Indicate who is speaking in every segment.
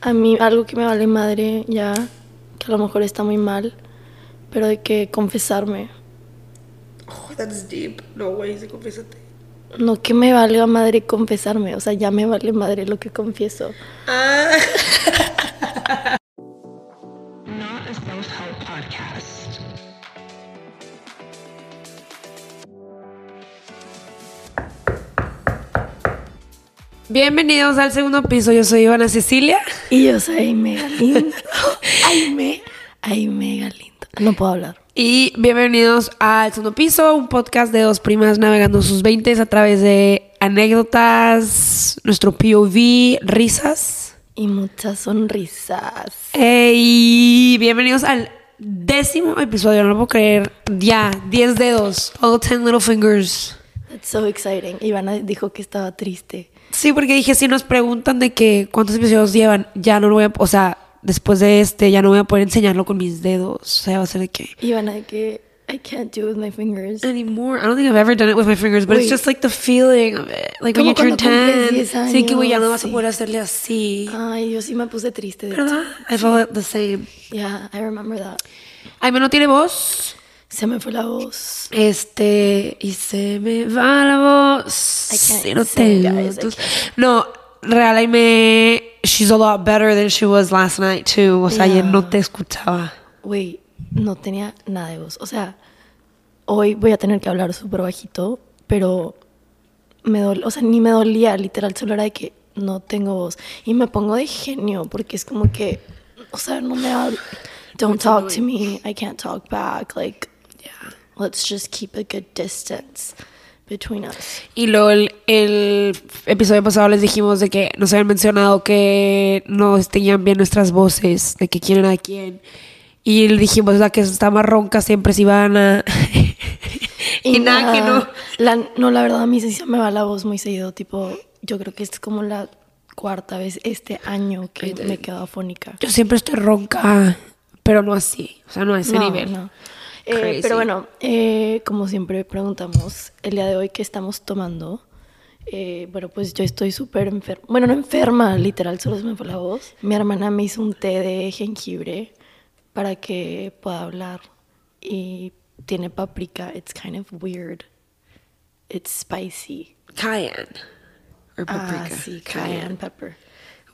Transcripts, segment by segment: Speaker 1: A mí algo que me vale madre ya, que a lo mejor está muy mal, pero de que confesarme.
Speaker 2: Oh, that's deep. No, güey, sí, confiésate.
Speaker 1: No que me valga madre confesarme, o sea, ya me vale madre lo que confieso.
Speaker 2: Ah.
Speaker 3: Not a self help podcast.
Speaker 4: Bienvenidos al segundo piso. Yo soy Ivana Cecilia.
Speaker 1: Y yo soy Aime Galindo. Aime, Aime Galindo. No puedo hablar.
Speaker 4: Y bienvenidos al segundo piso, un podcast de dos primas navegando sus 20 a través de anécdotas, nuestro POV, risas.
Speaker 1: Y muchas sonrisas.
Speaker 4: Eh, y bienvenidos al décimo episodio. No lo puedo creer. Ya, 10 dedos. All 10 little fingers.
Speaker 1: That's so exciting. Ivana dijo que estaba triste.
Speaker 4: Sí, porque dije, si nos preguntan de que cuántos episodios llevan, ya no lo voy a, o sea, después de este, ya no voy a poder enseñarlo con mis dedos. O sea, va a ser de que...
Speaker 1: Ivana de que I can't do with my fingers.
Speaker 4: Anymore. I don't think I've ever done it with my fingers, but
Speaker 1: Wait.
Speaker 4: it's just like the feeling of it. Like when
Speaker 1: Como
Speaker 4: you turn
Speaker 1: cuando cumples
Speaker 4: 10.
Speaker 1: 10
Speaker 4: Sí, que güey, ya no vas a
Speaker 1: años,
Speaker 4: poder hacerle así.
Speaker 1: Ay, yo sí me puse triste. De
Speaker 4: ¿Verdad? Ah. I felt the same.
Speaker 1: Yeah, I remember that.
Speaker 4: Aime no tiene voz.
Speaker 1: Se me fue la voz.
Speaker 4: Este, y se me va la voz.
Speaker 1: I can't
Speaker 4: Sí, no
Speaker 1: sing,
Speaker 4: tengo.
Speaker 1: guys, I
Speaker 4: Entonces- No, real Aime, she's a lot better than she was last night too. O sea, ayer no te escuchaba.
Speaker 1: Güey, no tenía nada de voz. O sea, hoy voy a tener que hablar súper bajito, pero me dol- o sea, ni me dolía, literal, solo era de que no tengo voz. Y me pongo de genio, porque es como que, o sea, no me hab- Don't talk to me, I can't talk back, like, let's just keep a good distance between us.
Speaker 4: Y luego el, el episodio pasado les dijimos de que nos habían mencionado que no tenían bien nuestras voces, de que quién era quién. Y le dijimos la que está más ronca siempre es Ivana. y, nada, que no.
Speaker 1: La, no, la verdad, a mí sí se me va la voz muy seguido, tipo, yo creo que es como la cuarta vez este año que me he quedado afónica.
Speaker 4: Yo siempre estoy ronca, pero no así, o sea, no a ese
Speaker 1: No,
Speaker 4: nivel.
Speaker 1: no. Eh,
Speaker 4: Crazy.
Speaker 1: pero bueno, eh, como siempre preguntamos, el día de hoy que estamos tomando, Eh, bueno, pues yo estoy súper enferma. Bueno, no enferma, literal, solo se me fue la voz. Mi hermana me hizo un té de jengibre para que pueda hablar y tiene paprika. It's kind of weird. It's spicy.
Speaker 4: Cayenne. Or
Speaker 1: Ah,
Speaker 4: paprika.
Speaker 1: sí, cayenne pepper.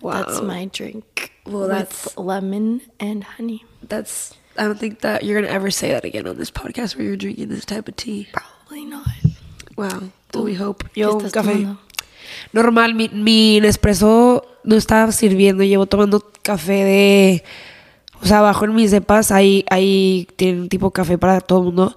Speaker 4: Wow.
Speaker 1: That's my drink.
Speaker 4: Well,
Speaker 1: with
Speaker 4: that's-
Speaker 1: lemon and honey.
Speaker 4: That's, I don't think that you're going to ever say that again on this podcast where you're drinking this type of tea.
Speaker 1: Probably not.
Speaker 4: Wow. Do we hope.
Speaker 1: ¿Qué
Speaker 4: Yo un
Speaker 1: estás
Speaker 4: café.
Speaker 1: tomando?
Speaker 4: Normal, mi, mi Nespresso no estaba sirviendo. Llevo tomando café de. O sea, abajo en mis cepas ahí, ahí tienen tipo café para todo el mundo.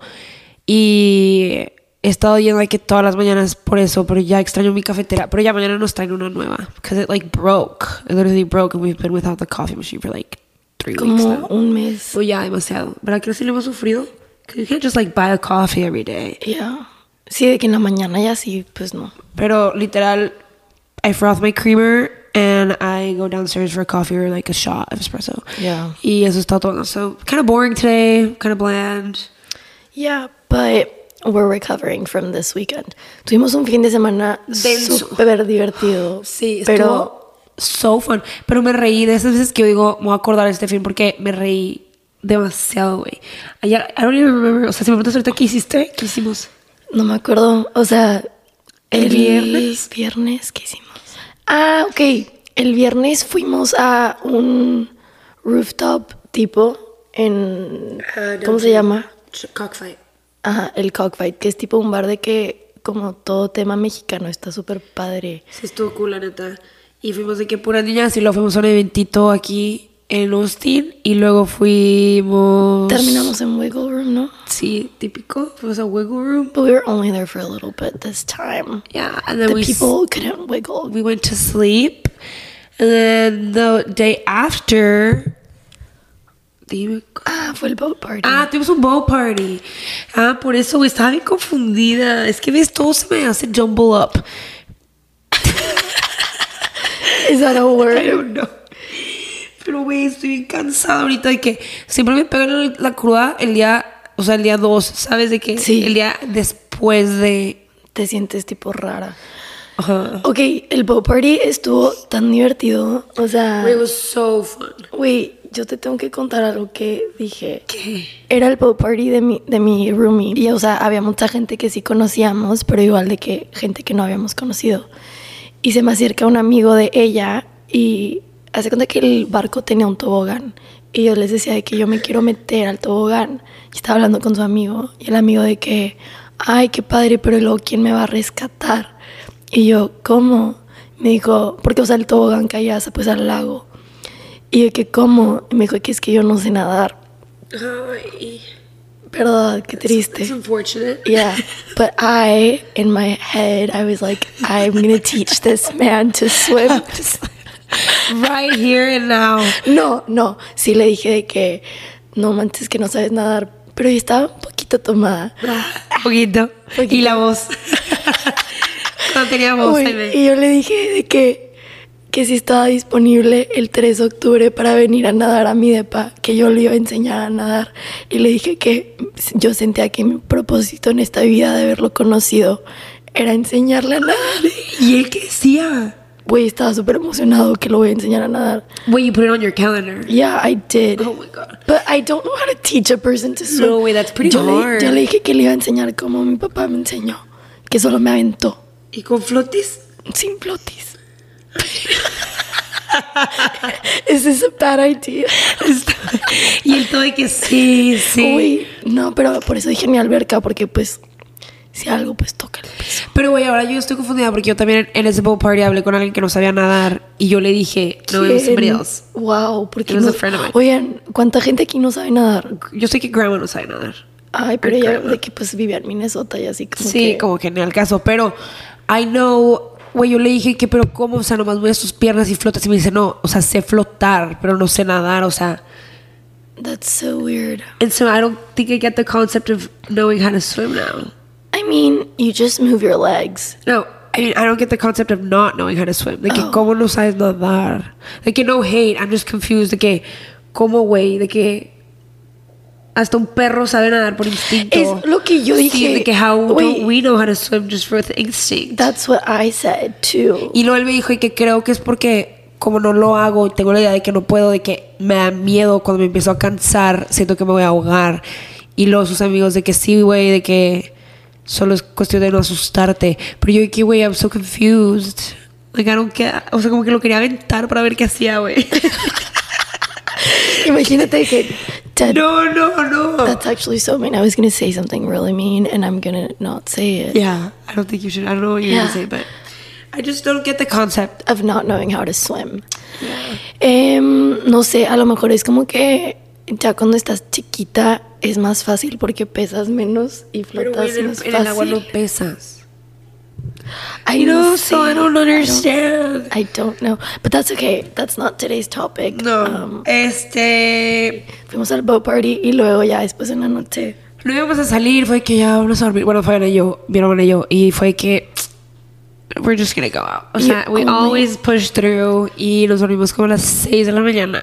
Speaker 4: Y he estado yendo aquí todas las mañanas por eso, pero ya extraño mi cafetera. Pero ya mañana nos traen una nueva. Because it like broke. It literally broke and we've been without the coffee machine for like three weeks
Speaker 1: Como
Speaker 4: now.
Speaker 1: un mes.
Speaker 4: So ya, demasiado. ¿Verdad que no sí lo hemos sufrido? Because you can't just like buy a coffee every day.
Speaker 1: Ya. Sí, de que en la mañana ya sí, pues no.
Speaker 4: Pero literal, I froth my creamer and I go downstairs for a coffee or like a shot of espresso.
Speaker 1: Yeah.
Speaker 4: Y eso está todo. So kind of boring today, kind of bland.
Speaker 1: Yeah, but we're recovering from this weekend. Tuvimos un fin de semana
Speaker 4: Denso.
Speaker 1: súper divertido.
Speaker 4: Sí,
Speaker 1: pero
Speaker 4: pero so fun. Pero me reí de esas veces que yo digo, me voy a acordar de este film porque me reí demasiado, güey. Ayer, I don't even remember. O sea, si me preguntas ahorita qué hiciste, qué hicimos.
Speaker 1: no me acuerdo. O sea,
Speaker 4: ¿El viernes?
Speaker 1: Viernes, ¿qué hicimos? Ah, ok. El viernes fuimos a un rooftop tipo en.
Speaker 4: Ah,
Speaker 1: ¿Cómo se llama?
Speaker 4: Cockfight.
Speaker 1: Ajá, el cockfight, que es tipo un bar de que, como todo tema mexicano, está súper padre.
Speaker 4: Sí, estuvo cool, la neta. Y fuimos de que puras niñas y luego fuimos a un eventito aquí en Austin y luego fuimos...
Speaker 1: Terminamos en Wiggle Room, ¿no?
Speaker 4: Sí, típico. Fuimos a Wiggle Room.
Speaker 1: But we were only there for a little bit this time.
Speaker 4: Yeah, and then
Speaker 1: The
Speaker 4: we,
Speaker 1: people couldn't wiggle.
Speaker 4: we went to sleep. And then the day after... Dime...
Speaker 1: Ah, fue el boat party.
Speaker 4: Ah, tuvimos un bow party. Ah, por eso güey, estaba bien confundida. Es que ves, todo se me hace jumble up.
Speaker 1: Is that a
Speaker 4: I
Speaker 1: word?
Speaker 4: don't know. Pero, güey, estoy bien cansada ahorita de que siempre me pegan la cruda el día, o sea, el día 2, ¿sabes? De que
Speaker 1: Sí.
Speaker 4: el día después de...
Speaker 1: Te sientes tipo rara.
Speaker 2: Ajá.
Speaker 1: Ok, el bow party estuvo tan divertido. O sea,
Speaker 2: It was so fun.
Speaker 1: güey, yo te tengo que contar algo que dije.
Speaker 2: ¿Qué?
Speaker 1: Era el bow party de mi, de mi roomie. Y, o sea, había mucha gente que sí conocíamos, pero igual de que gente que no habíamos conocido. Y se me acerca un amigo de ella y hace cuenta que el barco tenía un tobogán. Y yo les decía de que yo me quiero meter al tobogán. Y estaba hablando con su amigo. Y el amigo de que, ay, qué padre, pero luego, ¿quién me va a rescatar? Y yo, ¿cómo? Me dijo, porque, o sea, el tobogán caía hasta, pues al lago. Y yo, que ¿cómo? Y me dijo que es que yo no sé nadar.
Speaker 2: Ay,
Speaker 1: Verdad, qué triste.
Speaker 2: it's unfortunate.
Speaker 1: Yeah, but I, in my head, I was like, I'm gonna teach this man to swim.
Speaker 2: Right here and now.
Speaker 1: No, no, sí le dije de que no manches que no sabes nadar, pero yo estaba un poquito tomada.
Speaker 2: Poquito. Y la voz. no tenía voz.
Speaker 1: Uy,
Speaker 2: tal vez.
Speaker 1: y yo le dije de que, que si estaba disponible el 3 de octubre para venir a nadar a mi depa, que yo le iba a enseñar a nadar. Y le dije que yo sentía que mi propósito en esta vida de haberlo conocido era enseñarle a nadar.
Speaker 2: ¿Y él qué decía?
Speaker 1: Güey, estaba súper emocionado que lo voy a enseñar a nadar.
Speaker 2: Wait, you put it on your calendar.
Speaker 1: Yeah, I did.
Speaker 2: Oh my God.
Speaker 1: But I don't know how to teach a person to swim.
Speaker 2: No, güey, that's pretty
Speaker 1: yo
Speaker 2: hard.
Speaker 1: Le, yo le dije que le iba a enseñar como mi papá me enseñó, que solo me aventó,
Speaker 2: ¿Y con flotis?
Speaker 1: sin flotis. Is this a bad idea?
Speaker 2: y él todo de que sí, sí.
Speaker 1: Uy, no, pero por eso dije mi alberca, porque pues, si algo, pues toca el piso.
Speaker 2: Pero güey, ahora yo estoy confundida porque yo también en ese bowl party hablé con alguien que no sabía nadar y yo le dije, no, it was somebody
Speaker 1: ¿Quién?
Speaker 2: else.
Speaker 1: Wow, porque
Speaker 2: It was a friend of mine.
Speaker 1: Oigan, ¿cuánta gente aquí no sabe nadar?
Speaker 2: Yo sé que grandma no sabe nadar.
Speaker 1: Ay, pero ella
Speaker 2: Incredible.
Speaker 1: de que pues vivía en Minnesota y así como
Speaker 2: Sí,
Speaker 1: que-
Speaker 2: como que en el caso, pero I know, güey, yo le dije que, pero ¿cómo? O sea, nomás mueves tus piernas y flotas y me dice, no, o sea, sé flotar, pero no sé nadar, o sea.
Speaker 1: That's so weird.
Speaker 2: And so I don't think I get the concept of knowing how to swim now.
Speaker 1: I mean, you just move your legs.
Speaker 2: No, I mean, I don't get the concept of not knowing how to swim. De que,
Speaker 1: Oh.
Speaker 2: ¿cómo no sabes nadar? De que, no hate, I'm just confused. De que, ¿cómo, güey? De que hasta un perro sabe nadar por instinto.
Speaker 1: Es lo que yo
Speaker 2: Sí,
Speaker 1: dije,
Speaker 2: de que, how
Speaker 1: güey.
Speaker 2: don't we know how to swim just for the instinct?
Speaker 1: That's what I said too.
Speaker 2: Y luego él me dijo y que creo que es porque como no lo hago, tengo la idea de que no puedo, de que me da miedo cuando me empiezo a cansar, siento que me voy a ahogar. Y luego sus amigos de que sí, güey, de que solo es cuestión de no asustarte. Pero yo de que, güey, I'm so confused. Like, I don't get- O sea, como que lo quería aventar para ver qué hacía, güey.
Speaker 1: Imagínate que Ted,
Speaker 2: No, no, no.
Speaker 1: that's actually so mean. I was gonna say something really mean, and I'm gonna not say it.
Speaker 2: Yeah, I don't think you should. I don't know what you're gonna
Speaker 1: Yeah.
Speaker 2: say, but I just don't get the concept.
Speaker 1: Of not knowing how to swim. Em, no sé, a lo mejor es como que ya cuando estás chiquita es más fácil porque pesas menos y
Speaker 2: Pero,
Speaker 1: flotas
Speaker 2: güey, en, el-
Speaker 1: más
Speaker 2: en el agua no
Speaker 1: fácil.
Speaker 2: pesas.
Speaker 1: I
Speaker 2: You know,
Speaker 1: know,
Speaker 2: so I don't understand.
Speaker 1: I don't know, but that's okay. That's not today's topic.
Speaker 2: No.
Speaker 1: Um,
Speaker 2: este.
Speaker 1: fuimos al boat party y luego ya después en la noche.
Speaker 2: No íbamos a salir, fue que ya vamos a dormir. Bueno, Fabiana y yo, mi hermana y yo, y fue que. We're just gonna go out. O sea,
Speaker 1: Y-
Speaker 2: we
Speaker 1: oh my-
Speaker 2: always push through y nos dormimos como a las 6 de la mañana.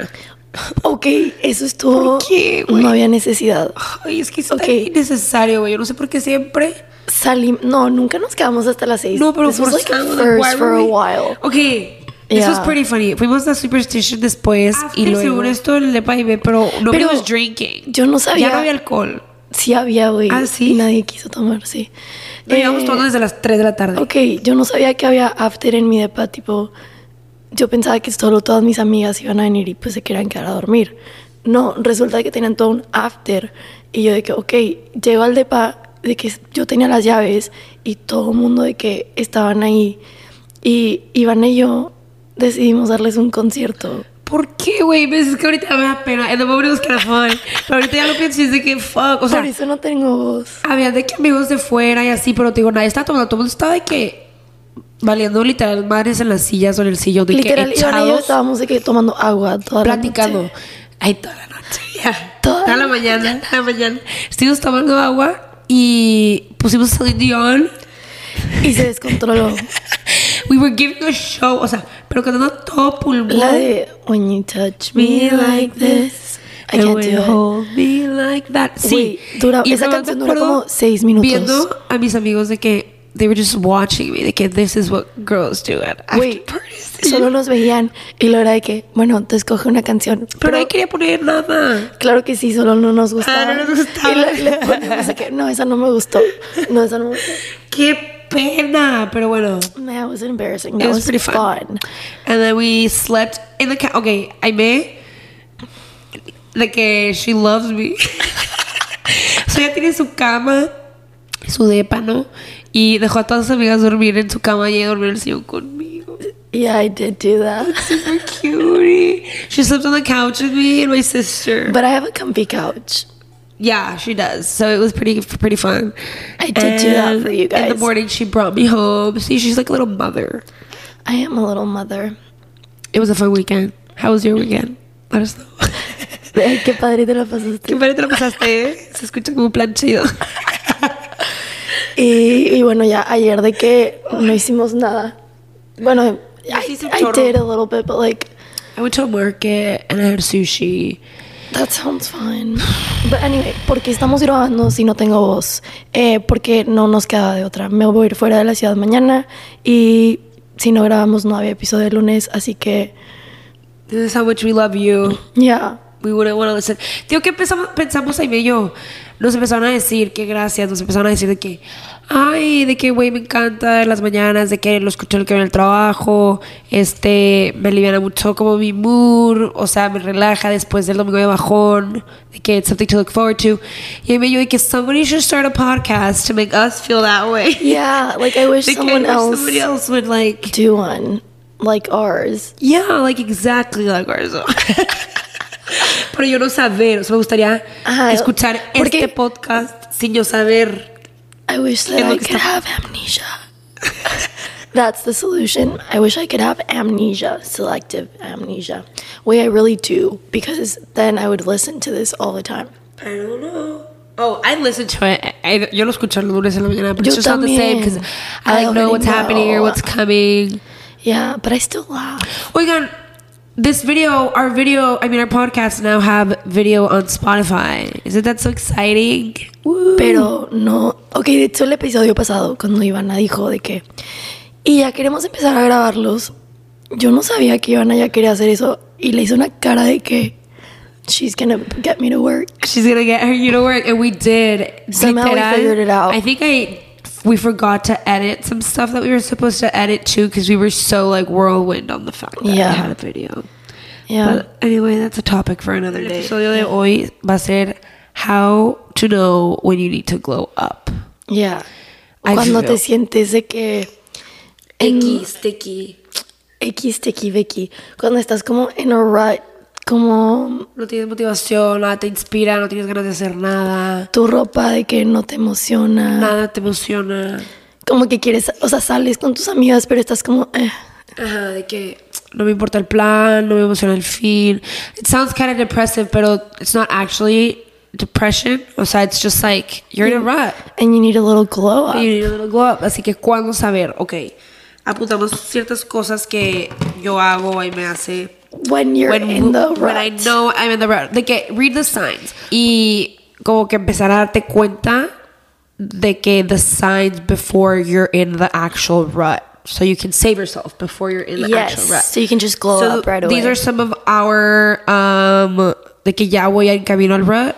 Speaker 1: Ok, eso estuvo.
Speaker 2: ¿Por qué, güey?
Speaker 1: no había necesidad.
Speaker 2: Ay, es que es tan
Speaker 1: Ok.
Speaker 2: innecesario, güey. Yo no sé por qué siempre.
Speaker 1: Salimos. No, nunca nos quedamos hasta las seis.
Speaker 2: No, pero
Speaker 1: This was
Speaker 2: por
Speaker 1: like a
Speaker 2: favor,
Speaker 1: first
Speaker 2: why
Speaker 1: for
Speaker 2: were
Speaker 1: a
Speaker 2: we-
Speaker 1: while.
Speaker 2: Ok. This was
Speaker 1: Yeah.
Speaker 2: pretty funny. Fuimos a Superstition después y
Speaker 1: After,
Speaker 2: luego...
Speaker 1: según
Speaker 2: esto el Lepa y pero no
Speaker 1: Pero
Speaker 2: was drinking.
Speaker 1: yo no sabía.
Speaker 2: Ya no había alcohol.
Speaker 1: Sí había, güey.
Speaker 2: Ah, ¿sí?
Speaker 1: Y nadie quiso tomar, sí.
Speaker 2: Lo
Speaker 1: Eh,
Speaker 2: llevamos tomando desde las 3 de la tarde.
Speaker 1: Ok, yo no sabía que había after en mi depa, tipo, yo pensaba que solo todas mis amigas iban a venir y pues se querían quedar a dormir. No, resulta que tenían todo un after. Y yo de que, ok, llego al depa, de que yo tenía las llaves y todo el mundo de que estaban ahí. Y Iván y yo decidimos darles un concierto.
Speaker 2: ¿Por qué, güey? Ves, Es que ahorita me da pena. En el momento es que era fun. Pero ahorita ya lo pienso y es de que fuck. O sea,
Speaker 1: Por eso no tengo voz.
Speaker 2: había de que amigos de fuera y así, pero te digo, nadie estaba tomando. Todo el mundo estaba de que valiendo literal madres en las sillas o en el sillón. De
Speaker 1: Literal,
Speaker 2: que
Speaker 1: Iván y yo
Speaker 2: echados,
Speaker 1: estábamos de que tomando agua toda la noche.
Speaker 2: platicando. Ahí toda la noche. Ya.
Speaker 1: Toda
Speaker 2: Toda la
Speaker 1: la
Speaker 2: mañana. Toda la mañana. Estuvimos tomando agua y pusimos Celine Dion.
Speaker 1: Y se descontroló.
Speaker 2: We were giving a show. O sea, pero cantando todo pulmón.
Speaker 1: La de When you touch me
Speaker 2: Mm.
Speaker 1: like this. I
Speaker 2: And
Speaker 1: can't
Speaker 2: when
Speaker 1: do
Speaker 2: you
Speaker 1: it.
Speaker 2: hold me like that. Sí.
Speaker 1: Güey, dura-
Speaker 2: Y
Speaker 1: esa
Speaker 2: nomás me
Speaker 1: canción dura
Speaker 2: acuerdo
Speaker 1: como seis minutos.
Speaker 2: Viendo a mis amigos de que they were just watching me. De que this is what girls do at after
Speaker 1: Güey,
Speaker 2: parties.
Speaker 1: solo nos veían. Y lo era de que, bueno, te escoge una canción.
Speaker 2: Pero no quería poner nada.
Speaker 1: Claro que sí, solo no nos gustaba.
Speaker 2: Ah, no nos gustaba.
Speaker 1: Y le, le poníamos de que, no, esa no me gustó. No, esa no me gustó.
Speaker 2: ¡Qué pena! Pero bueno.
Speaker 1: That was embarrassing.
Speaker 2: It
Speaker 1: That
Speaker 2: was
Speaker 1: was,
Speaker 2: pretty fun.
Speaker 1: fun.
Speaker 2: And then we slept in the couch. Okay, Aime, de que she loves me. o sea, ella tiene su cama, su depa, ¿no? Y dejó a todas sus amigas dormir en su cama y ella dormió en el sillón conmigo.
Speaker 1: Yeah, I did do that.
Speaker 2: Super cutie. She slept on the couch with me and my sister.
Speaker 1: But I have a comfy couch.
Speaker 2: Yeah, she does. So it was pretty pretty fun.
Speaker 1: I did do that for you
Speaker 2: In the
Speaker 1: guys.
Speaker 2: morning, she brought me home. See, she's like a little mother.
Speaker 1: I am a little mother.
Speaker 2: It was a fun weekend. How was your weekend? Let us know.
Speaker 1: Ay, qué padre te la
Speaker 2: Qué
Speaker 1: pasaste.
Speaker 2: padre te lo pasaste, ¿eh? Se escucha como un plan chido.
Speaker 1: Y, y bueno, ya ayer de que no hicimos nada. Bueno, I,
Speaker 2: hice un
Speaker 1: I
Speaker 2: chorro.
Speaker 1: did a little bit, but like,
Speaker 2: I went to a market and I had sushi.
Speaker 1: that sounds fun. But anyway, ¿por qué estamos grabando si no tengo voz? Eh, porque no nos quedaba de otra. Me voy a ir fuera de la ciudad mañana y si no grabamos no había episodio el lunes, así que,
Speaker 2: This is how much we love you.
Speaker 1: yeah.
Speaker 2: We wouldn't want to listen. Tío, ¿qué pensamos, pensamos Aime y yo? Nos empezaron a decir que gracias, nos empezaron a decir de que, ay, de que, güey, me encanta en las mañanas, de que lo escucho en el que en el trabajo, este, me aliviana mucho como mi mood, o sea, me relaja después del domingo de bajón, de que it's something to look forward to. Y Aime y yo, de que somebody should start a podcast to make us feel that way.
Speaker 1: Yeah, like I wish
Speaker 2: Like, I
Speaker 1: someone
Speaker 2: wish
Speaker 1: else
Speaker 2: somebody else would like
Speaker 1: do one like ours.
Speaker 2: yeah like exactly like ours pero yo no saber o sea me gustaría
Speaker 1: Ajá,
Speaker 2: escuchar
Speaker 1: porque-
Speaker 2: este podcast sin yo saber
Speaker 1: I wish that
Speaker 2: Es lo
Speaker 1: I
Speaker 2: que
Speaker 1: could
Speaker 2: está-
Speaker 1: have amnesia. That's the solution. I wish I could have amnesia, selective amnesia. Wait, I really do, because then I would listen to this all the time.
Speaker 4: I don't know.
Speaker 2: oh I listen to it I- I- yo lo escucho el lunes en la mañana but it's
Speaker 1: Yo
Speaker 2: just not the same
Speaker 1: también.
Speaker 2: because I
Speaker 1: I
Speaker 2: like know
Speaker 1: already
Speaker 2: what's happening or
Speaker 1: know.
Speaker 2: what's coming
Speaker 1: Yeah, but I still laugh.
Speaker 2: oigan this video our video I mean our podcast now have video on Spotify isn't that so exciting Woo.
Speaker 1: Pero no. Ok, de hecho, el episodio pasado, cuando Ivana dijo de que. Y ya queremos empezar a grabarlos. Yo no sabía que Ivana ya quería hacer eso. Y le hizo una cara de que. She's gonna get me to work.
Speaker 2: She's gonna get her you to work, and we did.
Speaker 1: Somehow we
Speaker 2: Literal,
Speaker 1: figured it out.
Speaker 2: I think I we forgot to edit some stuff that we were supposed to edit too because we were so like whirlwind on the fact that
Speaker 1: Yeah.
Speaker 2: we had a video.
Speaker 1: Yeah.
Speaker 2: But anyway, that's a topic for another day. So the hoy va a ser how to know when you need to glow up.
Speaker 1: Yeah.
Speaker 2: I
Speaker 1: Cuando te
Speaker 2: feel-
Speaker 1: sientes de que. en-
Speaker 2: sticky.
Speaker 1: X, tequi, bequi. Cuando estás como en a rut, como
Speaker 2: No tienes motivación, nada te inspira, no tienes ganas de hacer nada,
Speaker 1: tu ropa de que no te emociona.
Speaker 2: nada te emociona.
Speaker 1: Como que quieres, o sea, sales con tus amigas, pero estás como. eh.
Speaker 2: Ajá, de que no me importa el plan, no me emociona el fin. It sounds kind of depressive, pero it's not actually depression. O sea, it's just like, you're in a rut.
Speaker 1: And you need a little glow up.
Speaker 2: You need a little glow up. Así que, ¿cuándo saber? Ok, apuntamos ciertas cosas que yo hago y me hace...
Speaker 1: When you're in the rut.
Speaker 2: when I know I'm in the rut. De que, read the signs. Y como que empezar a darte cuenta de que the signs before you're in the actual rut. So you can save yourself before you're in the actual rut.
Speaker 1: Yes. So you can just glow
Speaker 2: So
Speaker 1: up right away.
Speaker 2: these are some of our um, de que ya voy en camino al rut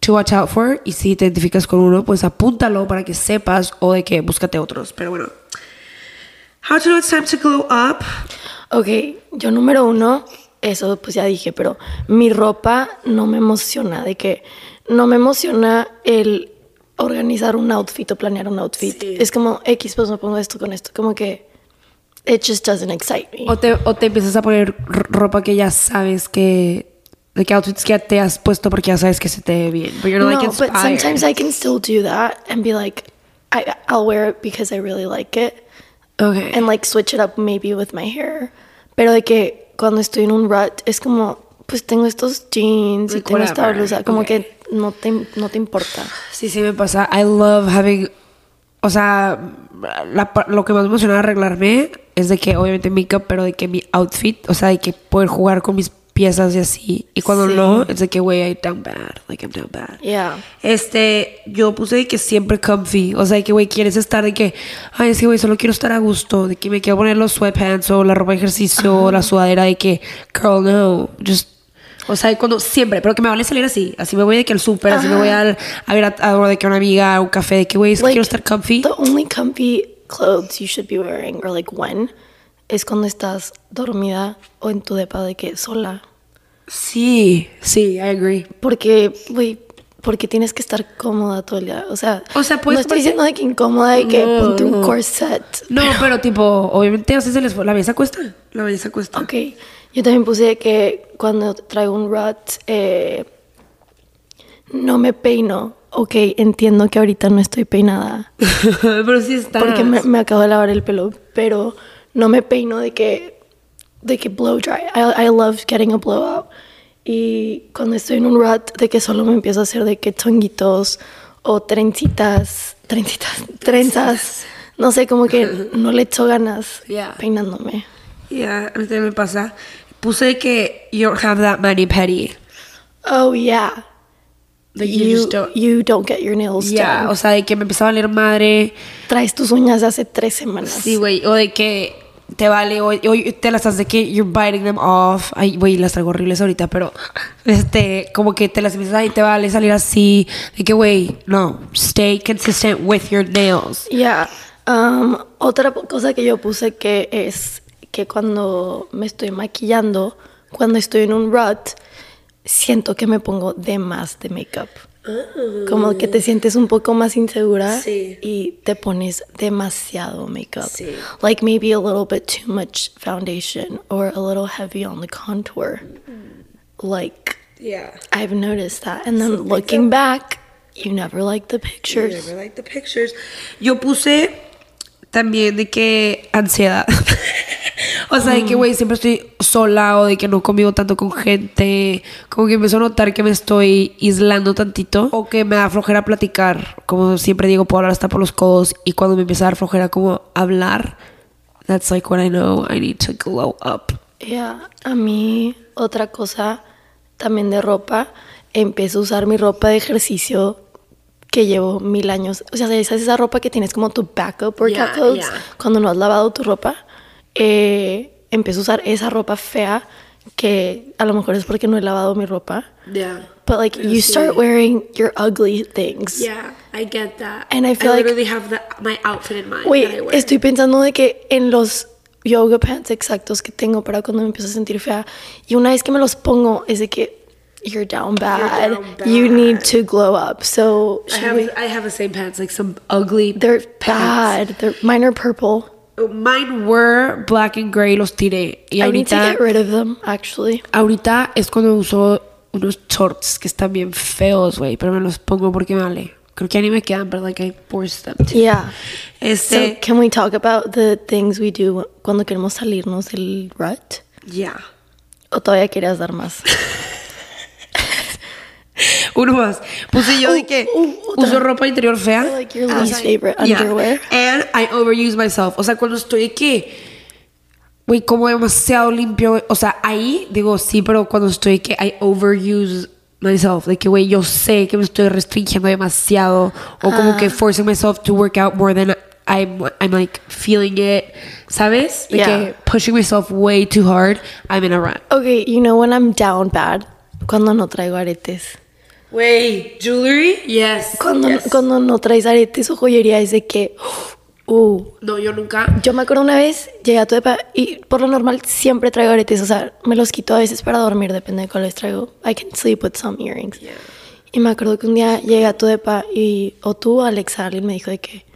Speaker 2: to watch out for y si te identificas con uno pues apúntalo para que sepas o de que búscate otros pero bueno how to know it's time to glow up
Speaker 1: Ok, yo número uno, eso pues ya dije, pero mi ropa no me emociona, de que no me emociona el organizar un outfit o planear un outfit. Es como X, pues me pongo esto con esto, como que it just doesn't excite me.
Speaker 2: o te, o te empiezas a poner r- ropa que ya sabes que de que outfits que ya te has puesto porque ya sabes que se te ve bien but you're
Speaker 1: no,
Speaker 2: like
Speaker 1: but
Speaker 2: inspired.
Speaker 1: sometimes I can still do that and be like, I, I'll wear it because I really like it.
Speaker 2: okay
Speaker 1: and like switch it up maybe with my hair. Pero de que cuando estoy en un rut es como, pues tengo estos jeans y
Speaker 2: Like,
Speaker 1: tengo esta
Speaker 2: whatever.
Speaker 1: blusa, como
Speaker 2: Ok.
Speaker 1: que no te, no te importa.
Speaker 2: Sí, sí me pasa. I love having... O sea, la pa- lo que más me emociona de arreglarme es de que, obviamente, makeup, pero de que mi outfit, o sea, de que poder jugar con mis piezas y así. Y cuando
Speaker 1: Sí.
Speaker 2: no, es de que, güey, I'm down bad. Like, I'm down bad.
Speaker 1: Yeah.
Speaker 2: Este, yo puse de que siempre comfy. O sea, de que, güey, quieres estar de que, ay, es que, güey, solo quiero estar a gusto. De que me quiero poner los sweatpants o la ropa de ejercicio o la sudadera. De que, girl, no. Just. O sea, cuando siempre, pero que me vale salir así. Así me voy de que al súper, así me voy al, a ver a, a- de que a una amiga, a un café, de que, güey, es que
Speaker 1: Like,
Speaker 2: quiero estar comfy.
Speaker 1: The only comfy clothes you should be wearing, or like when, es cuando estás dormida o en tu depa de que sola.
Speaker 2: Sí, sí, I agree.
Speaker 1: Porque, güey, porque tienes que estar cómoda todo el día. O sea,
Speaker 2: O sea, puedes
Speaker 1: no estoy
Speaker 2: ponerte-
Speaker 1: diciendo de que incómoda de que
Speaker 2: No,
Speaker 1: ponte un
Speaker 2: no.
Speaker 1: corset.
Speaker 2: No, pero, tipo, obviamente haces el esfuerzo. La belleza cuesta. La belleza cuesta.
Speaker 1: Ok, yo también puse de que cuando traigo un rut, eh, no me peino. Ok, entiendo que ahorita no estoy peinada
Speaker 2: pero sí está.
Speaker 1: porque me, me acabo de lavar el pelo, pero no me peino de que, de que blow dry. I, I love getting a blowout. Y cuando estoy en un rut, de que solo me empiezo a hacer de que tonguitos o trencitas, trencitas, trenzas. No sé, como que no le echo ganas
Speaker 2: Yeah.
Speaker 1: peinándome.
Speaker 2: Yeah, a mí también me pasa. Puse que you don't have that mani petty.
Speaker 1: Oh, yeah.
Speaker 2: That you, just don't.
Speaker 1: you don't get your nails
Speaker 2: yeah,
Speaker 1: done.
Speaker 2: o sea, de que me empezó a valer madre.
Speaker 1: Traes tus uñas de hace tres semanas.
Speaker 2: Sí, güey. O de que te vale, o, o te las haces de que you're biting them off. Ay, güey, las traigo horribles ahorita, pero este, como que te las empiezas ahí, te vale salir así. De que, güey, no, stay consistent with your nails.
Speaker 1: Yeah. Um, otra po- cosa que yo puse que es que cuando me estoy maquillando, cuando estoy en un rut, siento que me pongo de más de makeup.
Speaker 2: Oh.
Speaker 1: Como que te sientes un poco más insegura
Speaker 4: Sí.
Speaker 1: y te pones demasiado makeup.
Speaker 4: Sí.
Speaker 1: Like maybe a little bit too much foundation or a little heavy on the contour.
Speaker 2: Mm.
Speaker 1: Like
Speaker 4: Yeah.
Speaker 1: I've noticed that. And then
Speaker 4: Something
Speaker 1: looking
Speaker 4: so-
Speaker 1: back, you never like the
Speaker 4: You
Speaker 1: pictures.
Speaker 4: never like the pictures.
Speaker 2: Yo puse también de que ansiedad. o sea, de que, güey, siempre estoy sola o de que no convivo tanto con gente. Como que empiezo a notar que me estoy aislando tantito o que me da flojera platicar. Como siempre digo, puedo hablar hasta por los codos y cuando me empieza a dar flojera como hablar, that's like when I know I need to glow up.
Speaker 1: Yeah, a mí otra cosa también de ropa, empecé a usar mi ropa de ejercicio que llevo mil años. O sea, esa es esa ropa que tienes como tu backup workout
Speaker 4: Yeah,
Speaker 1: clothes
Speaker 4: yeah.
Speaker 1: cuando no has lavado tu ropa. Eh, empecé a usar esa ropa fea que a lo mejor es porque no he lavado mi ropa.
Speaker 4: Yeah.
Speaker 1: But like you start wearing your ugly things.
Speaker 4: Yeah, I get that.
Speaker 1: And I feel like-
Speaker 4: literally have the, my outfit in mind.
Speaker 1: Güey,
Speaker 4: that I wear.
Speaker 1: estoy pensando de que en los yoga pants exactos que tengo para cuando me empiezo a sentir fea, y una vez que me los pongo es de que you're down bad,
Speaker 4: down bad.
Speaker 1: you need to glow up. So
Speaker 4: I
Speaker 1: should
Speaker 4: have,
Speaker 1: we-
Speaker 4: I have the same pants, like some ugly.
Speaker 1: they're
Speaker 4: pants.
Speaker 1: bad. They're mine are purple.
Speaker 2: Oh, Mine were black and gray, los tiré. Y
Speaker 1: I need to
Speaker 2: ahorita...
Speaker 1: get rid of them actually.
Speaker 2: Ahorita es cuando uso unos shorts que están bien feos, güey, pero me los pongo porque me vale. Creo que ya ni me quedan, pero like I forced them to.
Speaker 1: Yeah. So
Speaker 2: Este,
Speaker 1: can we talk about the things we do cuando queremos salirnos del rut?
Speaker 2: ya.
Speaker 1: ¿O todavía querías dar más?
Speaker 2: Uno más. Puse yo de
Speaker 1: Uh,
Speaker 2: que
Speaker 1: uh, otra.
Speaker 2: uso ropa interior fea.
Speaker 1: Like your
Speaker 2: Ah,
Speaker 1: least
Speaker 2: o sea,
Speaker 1: favorite
Speaker 2: yeah.
Speaker 1: underwear.
Speaker 2: And I overuse myself. O sea, cuando estoy de que güey, como demasiado limpio, güey. o sea, ahí digo sí, pero cuando estoy de que I overuse myself, de que güey, yo sé que me estoy restringiendo demasiado o como
Speaker 1: Ah.
Speaker 2: que forcing myself to work out more than I'm I'm like feeling it, ¿sabes? De
Speaker 1: Yeah.
Speaker 2: que pushing myself way too hard, I'm in a rut.
Speaker 1: Okay, you know when I'm down bad, cuando no traigo aretes.
Speaker 2: Wait, jewelry? Yes.
Speaker 1: Cuando, cuando no traes aretes o joyería es de que, uh,
Speaker 2: No, yo nunca.
Speaker 1: yo me acuerdo una vez, llegué a tu depa y por lo normal siempre traigo aretes, o sea, me los quito a veces para dormir, depende de cuáles traigo. I can sleep with some earrings. Y me acuerdo que un día llegué a tu depa y, o tú, Alexa, alguien me dijo de que,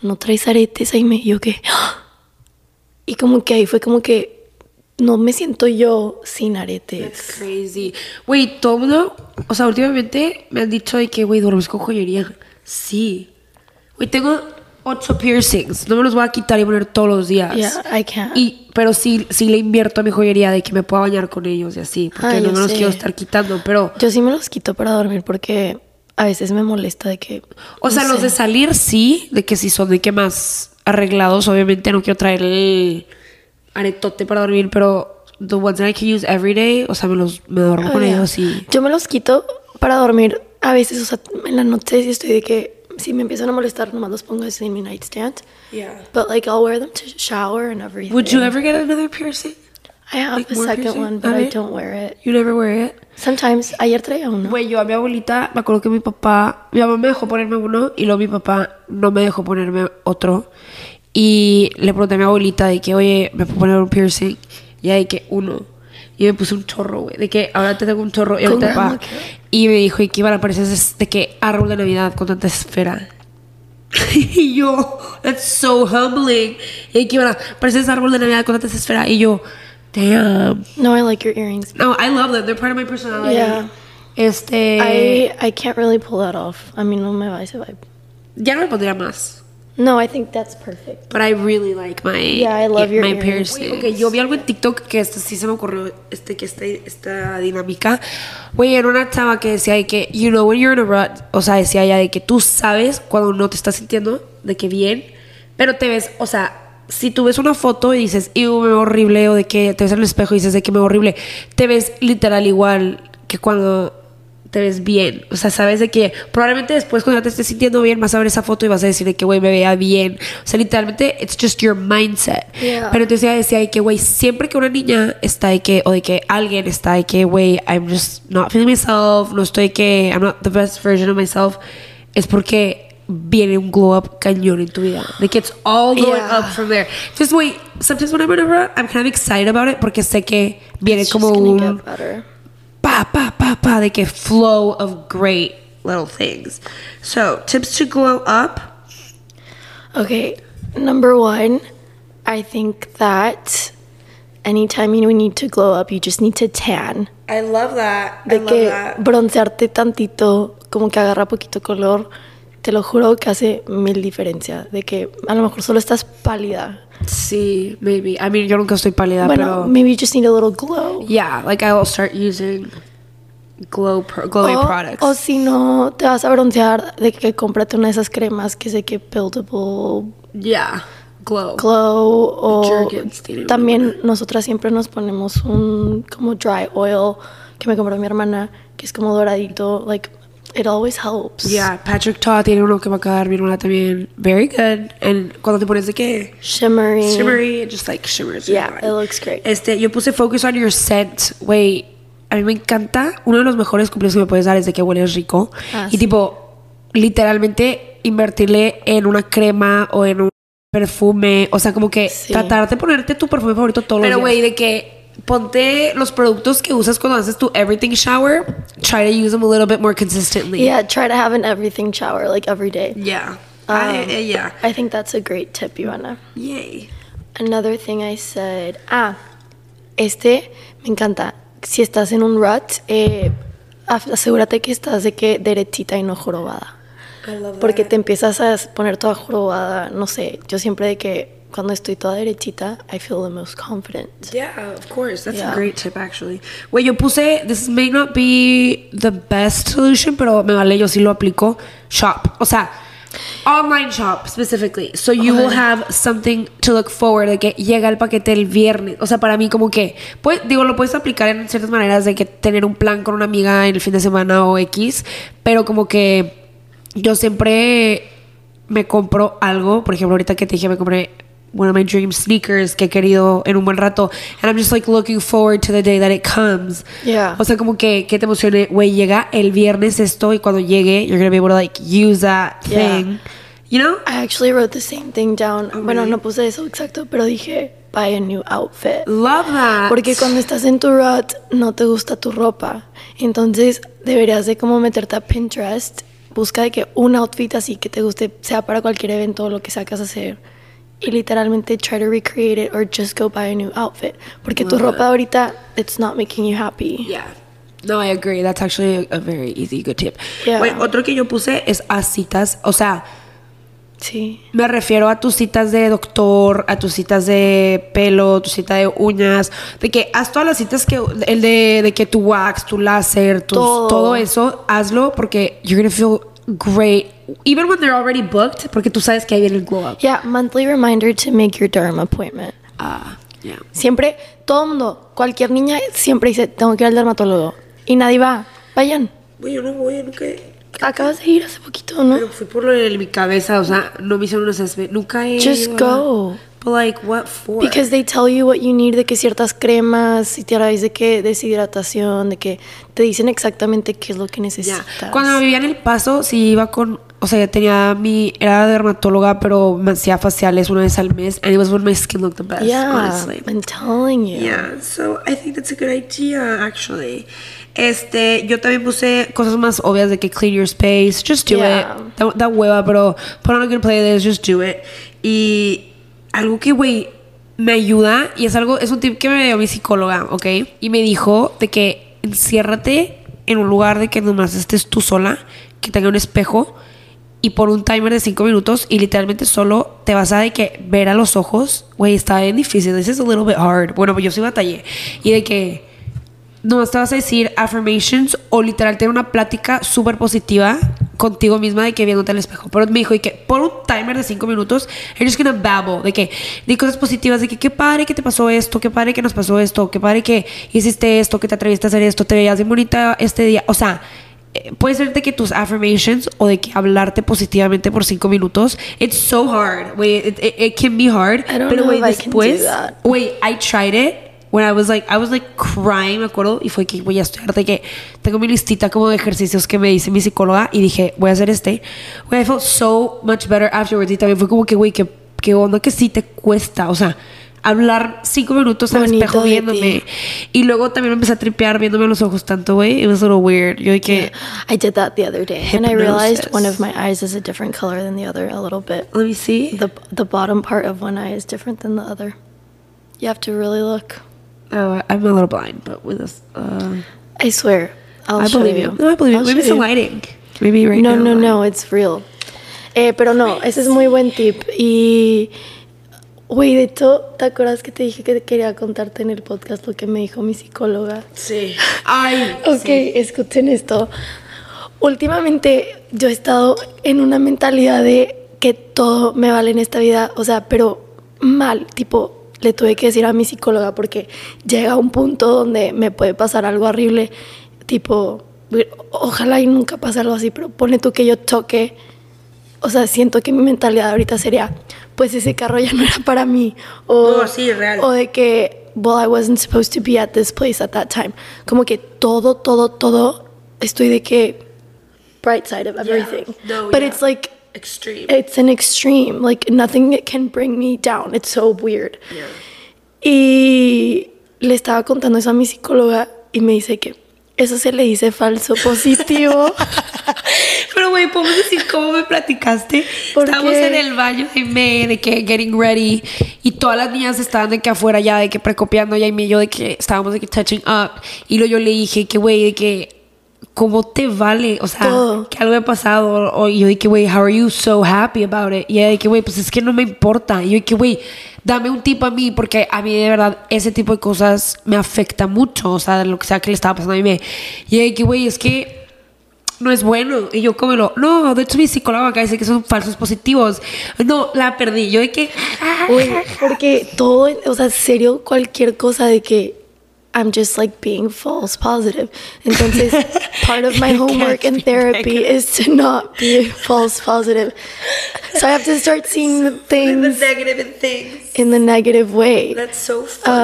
Speaker 1: no traes aretes, ahí me, y yo que, "Ah". y como que ahí fue como que, no me siento yo sin aretes.
Speaker 2: It's crazy. Güey, todo el mundo, o sea, últimamente me han dicho de que, güey, duermes con joyería. Sí. Güey, tengo ocho piercings. No me los voy a quitar y poner todos los días.
Speaker 1: Yeah, I can't.
Speaker 2: Y, pero sí, sí le invierto a mi joyería de que me pueda bañar con ellos y así. Porque
Speaker 1: Ah,
Speaker 2: no
Speaker 1: yo
Speaker 2: me los
Speaker 1: sé.
Speaker 2: quiero estar quitando. Pero,
Speaker 1: Yo sí me los quito para dormir porque a veces me molesta de que...
Speaker 2: o sea,
Speaker 1: no
Speaker 2: los
Speaker 1: sé.
Speaker 2: de salir sí, de que si son de que más arreglados. Obviamente no quiero traer el aretote para dormir, pero the ones that I can use every day, o sea, me los me duermo con
Speaker 1: Ah, ya.
Speaker 2: ellos y
Speaker 1: Yo me los quito para dormir a veces, o sea, en la noche si estoy de que si me empiezan a molestar, nomás los pongo así en mi nightstand.
Speaker 4: Yeah.
Speaker 1: But like I'll wear them to shower and everything.
Speaker 2: Would you ever get another piercing?
Speaker 1: I have
Speaker 2: like,
Speaker 1: a
Speaker 2: more
Speaker 1: second
Speaker 2: piercing?
Speaker 1: one, but
Speaker 2: A
Speaker 1: I
Speaker 2: ver.
Speaker 1: don't wear it.
Speaker 2: You never wear it?
Speaker 1: Sometimes ayer traía uno.
Speaker 2: Güey, yo a mi abuelita, me acuerdo que mi papá, mi mamá me dejó ponerme uno y luego mi papá no me dejó ponerme otro. Y le pregunté a mi abuelita de que, oye, me puedo poner un piercing. Y ella de que uno. Y yo me puse un chorro, güey. De que ahora te tengo un chorro. Y,
Speaker 1: ¿Con
Speaker 2: ahorita-
Speaker 1: grano
Speaker 2: pa.
Speaker 1: qué?
Speaker 2: y me dijo, y que iban a parecer es- de que árbol de Navidad con tanta esfera. y yo, that's so humbling. Y que iban a parecer ese árbol de Navidad con tanta esfera. Y yo, damn.
Speaker 1: No, I like your earrings.
Speaker 2: No, I love them. They're part of my personality.
Speaker 1: Yeah.
Speaker 2: Este.
Speaker 1: I
Speaker 2: Eh.
Speaker 1: I can't really pull that off. I mean, no me va ese vibe.
Speaker 2: Ya no me pondría más.
Speaker 1: No, I think that's perfect.
Speaker 2: But I really like my
Speaker 1: Yeah, I love your
Speaker 2: my
Speaker 1: earrings.
Speaker 2: piercings. Ok, yo vi algo en TikTok que esto sí se me ocurrió este que esta, esta dinámica. Güey, era una chava que decía de que you know when you're in a rut, o sea, decía ella de que tú sabes cuando no te estás sintiendo de que bien, pero te ves, o sea, si tú ves una foto y dices, "Ew, me veo horrible" o de que te ves en el espejo y dices de que me veo horrible, te ves literal igual que cuando te ves bien. O sea, sabes de que probablemente después cuando ya te estés sintiendo bien vas a ver esa foto y vas a decir de que, güey, me veía bien. O sea, literalmente, it's just your mindset.
Speaker 1: Yeah.
Speaker 2: Pero entonces ella decía de que, güey, siempre que una niña está de que, o de que alguien está de que, güey, I'm just not feeling myself, no estoy de que, I'm not the best version of myself, es porque viene un glow up cañón en tu vida. De que it's all going
Speaker 1: Yeah.
Speaker 2: up from there. Entonces, güey, sometimes when I'm in a rut, I'm kind of excited about it porque sé que viene
Speaker 1: It's
Speaker 2: eh, como
Speaker 1: just
Speaker 2: un
Speaker 1: gonna get better.
Speaker 2: pa pa pa pa they get flow of great little things so tips to glow up
Speaker 1: Okay, number one, I think that anytime you need to glow up, you just need to tan.
Speaker 4: I love that. I
Speaker 1: De
Speaker 4: love
Speaker 1: que
Speaker 4: that.
Speaker 1: broncearte tantito, como que agarra poquito color, te lo juro que hace mil diferencia. De que a lo mejor solo estás pálida.
Speaker 2: sí maybe i mean yo nunca estoy pálida
Speaker 1: bueno,
Speaker 2: pero
Speaker 1: maybe you just need a little glow.
Speaker 2: yeah like i will start using glow pro- glowing
Speaker 1: o,
Speaker 2: products
Speaker 1: oh, o si no te vas a broncear, de que cómprate una de esas cremas que sé que buildable
Speaker 2: yeah glow
Speaker 1: glow o
Speaker 2: Jergens tiene
Speaker 1: también nosotras siempre nos ponemos un como dry oil que me compró mi hermana que es como doradito like it always helps
Speaker 2: yeah Patrick Todd tiene uno que va a quedar bien hola también very good and cuando te pones de que
Speaker 1: shimmery
Speaker 2: shimmery it just like shimmers your
Speaker 1: Yeah,
Speaker 2: body.
Speaker 1: it looks great.
Speaker 2: este yo puse focus on your scent güey a mí me encanta uno de los mejores cumplidos que me puedes dar es de que hueles rico
Speaker 1: Ah,
Speaker 2: y
Speaker 1: sí.
Speaker 2: tipo literalmente invertirle en una crema o en un perfume o sea como que
Speaker 1: Sí.
Speaker 2: tratar de ponerte tu perfume favorito todos
Speaker 4: Pero,
Speaker 2: los días
Speaker 4: güey,
Speaker 2: de que ponte los productos que usas cuando haces tu everything shower try to use them a little bit more consistently
Speaker 1: yeah try to have an everything shower like every day
Speaker 2: yeah
Speaker 1: Um,
Speaker 2: I- eh, yeah
Speaker 1: I think that's a great tip Ivana
Speaker 2: yay
Speaker 1: Another thing I said. Ah, este me encanta. Si estás en un rut, eh, af- asegúrate que estás de que derechita y no jorobada. Porque te empiezas a s- poner toda jorobada. No sé, yo siempre de que cuando estoy toda derechita, I feel the most confident.
Speaker 4: Yeah, of course. That's
Speaker 1: Yeah.
Speaker 4: a
Speaker 2: Great tip, actually. Güey, yo puse, this may not be the best solution, pero me vale, yo sí lo aplico. Shop. O sea, online shop, specifically. So you will have something to look forward, de que llega el paquete el viernes. O sea, para mí como que, pues, digo, lo puedes aplicar en ciertas maneras, de que tener un plan con una amiga en el fin de semana o X, pero como que yo siempre me compro algo, por ejemplo, ahorita que te dije me compré one of my dream sneakers que he querido en un buen rato and I'm just like looking forward to the day that it comes.
Speaker 1: Yeah.
Speaker 2: O sea, como que que te emocione, güey, llega el viernes esto y cuando llegue you're gonna be able to like use that
Speaker 1: Yeah.
Speaker 2: thing. You know?
Speaker 1: I actually wrote the same thing down. Bueno, no puse eso exacto, pero dije buy a new outfit.
Speaker 2: Love that.
Speaker 1: Porque cuando estás en tu rut no te gusta tu ropa. Entonces deberías de como meterte a Pinterest, busca de que un outfit así que te guste, sea para cualquier evento o lo que sacas a hacer. Y literalmente try to recreate it or just go buy a new outfit. Porque tu ropa ahorita, it's not making you happy.
Speaker 2: Yeah. No, I agree. That's actually a, a very easy good tip.
Speaker 1: Yeah.
Speaker 2: Güey, otro que yo puse es a citas, o sea,
Speaker 1: Sí.
Speaker 2: Me refiero a tus citas de doctor, a tus citas de pelo, tu cita de uñas, de que haz todas las citas que el de, de que tu wax, tu láser, tus-
Speaker 1: Todo.
Speaker 2: todo. eso, hazlo porque you're gonna feel great even when they're already booked, porque tú sabes que ahí viene el glow up.
Speaker 1: Yeah, monthly reminder to make your derm appointment.
Speaker 2: Ah, Ya.
Speaker 1: Siempre, todo el mundo, cualquier niña siempre dice, tengo que ir al dermatólogo. Y nadie va. Vayan.
Speaker 2: Güey, yo no voy, nunca.
Speaker 1: Acabas de ir hace poquito, ¿no?
Speaker 2: Pero fui por lo de mi cabeza, o sea, no me hicieron unos exámenes. Nunca he.
Speaker 1: Just
Speaker 2: ido a-
Speaker 1: go.
Speaker 2: But like, what for?
Speaker 1: Because they tell you what you need, de que ciertas cremas, y te hablas de que deshidratación, de que te dicen exactamente qué es lo que
Speaker 2: Ya.
Speaker 1: necesitas.
Speaker 2: Cuando vivía en El Paso, sí iba con. O sea, ya tenía mi. Era dermatóloga, pero me hacía faciales una vez al mes. And it was when my skin looked the best,
Speaker 1: Yeah,
Speaker 2: honestly.
Speaker 1: I'm telling you.
Speaker 2: Yeah, so I think that's a good idea, actually. Este, yo también puse cosas más obvias de que clean your space, just do
Speaker 1: Yeah.
Speaker 2: it. Da, da hueva, pero put on a good playlist, just do it. Y algo que, güey, me ayuda, y es algo, es un tip que me dio mi psicóloga, ¿ok? Y me dijo de que enciérrate en un lugar de que nomás estés tú sola, que tenga un espejo, y por un timer de 5 minutos y literalmente solo te vas a de que ver a los ojos, güey, está bien difícil, this is a little bit hard. Bueno, pues yo sí batallé. Y de que no te vas a decir affirmations o literal tener una plática súper positiva contigo misma de que viéndote al espejo. Pero me dijo, y que por un timer de 5 minutos, eres gonna babble, de que, de cosas positivas, de que qué padre que te pasó esto, qué padre que nos pasó esto, qué padre que hiciste esto, que te atreviste a hacer esto, te veías bien bonita este día. O sea, eh, puede ser de que tus affirmations o de que hablarte positivamente por cinco minutos it's so hard güey it, it- it can be hard
Speaker 1: I don't
Speaker 2: pero
Speaker 1: know
Speaker 2: güey
Speaker 1: if I can do
Speaker 2: después
Speaker 1: that.
Speaker 2: güey I tried it when I was like I was like crying me acuerdo y fue que voy a estudiar de que tengo mi listita como de ejercicios que me dice mi psicóloga y dije voy a hacer este güey I felt so much better afterwards y también fue como que güey que que onda que sí te cuesta o sea hablar cinco minutos al
Speaker 1: Bonito
Speaker 2: espejo
Speaker 1: de ti.
Speaker 2: viéndome y luego también me empecé a tripear viéndome a los ojos tanto güey it was a little weird yo de que
Speaker 1: I did that the other day, and I realized
Speaker 2: Hypnosis.
Speaker 1: one of my eyes is a different color than the other a little bit.
Speaker 2: Let me see.
Speaker 1: The the bottom part of one eye is different than the other. You have to really look.
Speaker 2: oh, I'm a little blind, but with this, uh,
Speaker 1: I swear, I'll
Speaker 2: I
Speaker 1: show
Speaker 2: believe
Speaker 1: you.
Speaker 2: you. No, I believe you.
Speaker 1: I'll
Speaker 2: Pues, Maybe
Speaker 1: show you.
Speaker 2: it's the lighting. Oh, Maybe right
Speaker 1: No,
Speaker 2: now.
Speaker 1: no,
Speaker 2: like-
Speaker 1: no, it's real. Eh, pero no, ese es muy buen tip. Y, güey, de hecho, ¿te acuerdas que te dije que quería contarte en el podcast lo que me dijo mi psicóloga?
Speaker 4: Sí.
Speaker 2: Ay,
Speaker 1: Ok, escuchen esto. Últimamente yo he estado en una mentalidad de que todo me vale en esta vida, o sea, pero mal, tipo, le tuve que decir a mi psicóloga porque llega un punto donde me puede pasar algo horrible, tipo, ojalá y nunca pase algo así, pero pone tú que yo choque o sea, siento que mi mentalidad ahorita sería, pues ese carro ya no era para mí. O,
Speaker 4: No, sí, real.
Speaker 1: O de que, well, I wasn't supposed to be at this place at that time. Como que todo, todo, todo, estoy de que bright side of everything.
Speaker 4: No,
Speaker 1: But
Speaker 4: yeah.
Speaker 1: it's like,
Speaker 4: Extreme.
Speaker 1: it's an extreme. Like, nothing can bring me down. It's so weird.
Speaker 4: Yeah.
Speaker 1: Y le estaba contando eso a mi psicóloga y me dice que eso se le dice falso positivo.
Speaker 2: Pero, güey, podemos decir cómo me platicaste.
Speaker 1: ¿Por
Speaker 2: Estábamos
Speaker 1: qué?
Speaker 2: en el baño de May, de que getting ready. Y todas las niñas estaban de que afuera ya, de que precopiando ya. Y me yo de que estábamos de que touching up. Y luego yo le dije que, güey, de que. ¿Cómo te vale? O sea,
Speaker 1: Todo.
Speaker 2: que algo ha pasado. O y yo de que, güey, how are you so happy about it? Y ella de que, güey, pues es que no me importa. Y yo de que, güey, dame un tip a mí, porque a mí de verdad ese tipo de cosas me afecta mucho. O sea, lo que sea que le estaba pasando a mí. me- Y ella de que, güey, es que no es bueno. Y yo cómelo. No, de hecho mi psicóloga acá dice que son falsos positivos. No, la perdí. Yo de que...
Speaker 1: Güey, porque todo, o sea, serio, cualquier cosa de que I'm just like being false positive. Entonces, part of my
Speaker 2: You can't
Speaker 1: homework and
Speaker 2: be
Speaker 1: therapy is to not be false positive. So I have to start seeing the
Speaker 4: The
Speaker 1: things
Speaker 4: negative and things.
Speaker 1: in the negative way.
Speaker 4: That's so funny.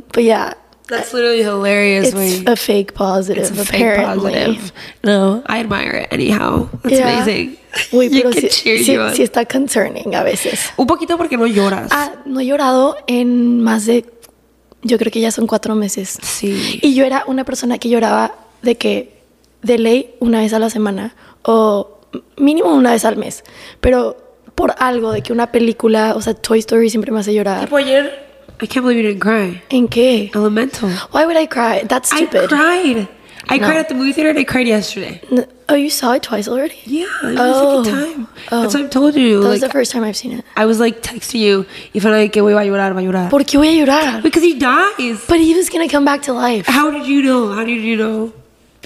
Speaker 1: Um, but yeah,
Speaker 2: That's literally hilarious, güey.
Speaker 1: it's a fake positive.
Speaker 2: It's a fake
Speaker 1: apparently.
Speaker 2: positive. No, I admire it anyhow. That's
Speaker 1: Yeah.
Speaker 2: amazing.
Speaker 1: Güey,
Speaker 2: you
Speaker 1: pero
Speaker 2: can
Speaker 1: sí,
Speaker 2: cheer
Speaker 1: sí-
Speaker 2: you on.
Speaker 1: sí está concerning a veces.
Speaker 2: Un poquito porque no lloras.
Speaker 1: Ah, no he llorado en más de, yo creo que ya son cuatro meses.
Speaker 2: Sí.
Speaker 1: Y yo era una persona que lloraba de que de ley una vez a la semana o mínimo una vez al mes, pero por algo de que una película, o sea, Toy Story siempre me hace llorar.
Speaker 2: Tipo ayer... I can't believe you didn't cry.
Speaker 1: ¿En qué?
Speaker 2: Elemental.
Speaker 1: Why would I cry? That's
Speaker 2: I
Speaker 1: stupid.
Speaker 2: cried. I
Speaker 1: No.
Speaker 2: cried at the movie theater and I cried yesterday.
Speaker 1: N- Oh, you saw it twice already?
Speaker 2: Yeah, it was
Speaker 1: Oh.
Speaker 2: the second time.
Speaker 1: Oh.
Speaker 2: That's what I told you.
Speaker 1: That was
Speaker 2: Like,
Speaker 1: the first time I've seen it.
Speaker 2: I was like texting you y fue like que güey va a llorar, va a llorar.
Speaker 1: ¿Por qué voy a llorar?
Speaker 2: Because he dies.
Speaker 1: But he was gonna come back to life
Speaker 2: How did you know? How did you know?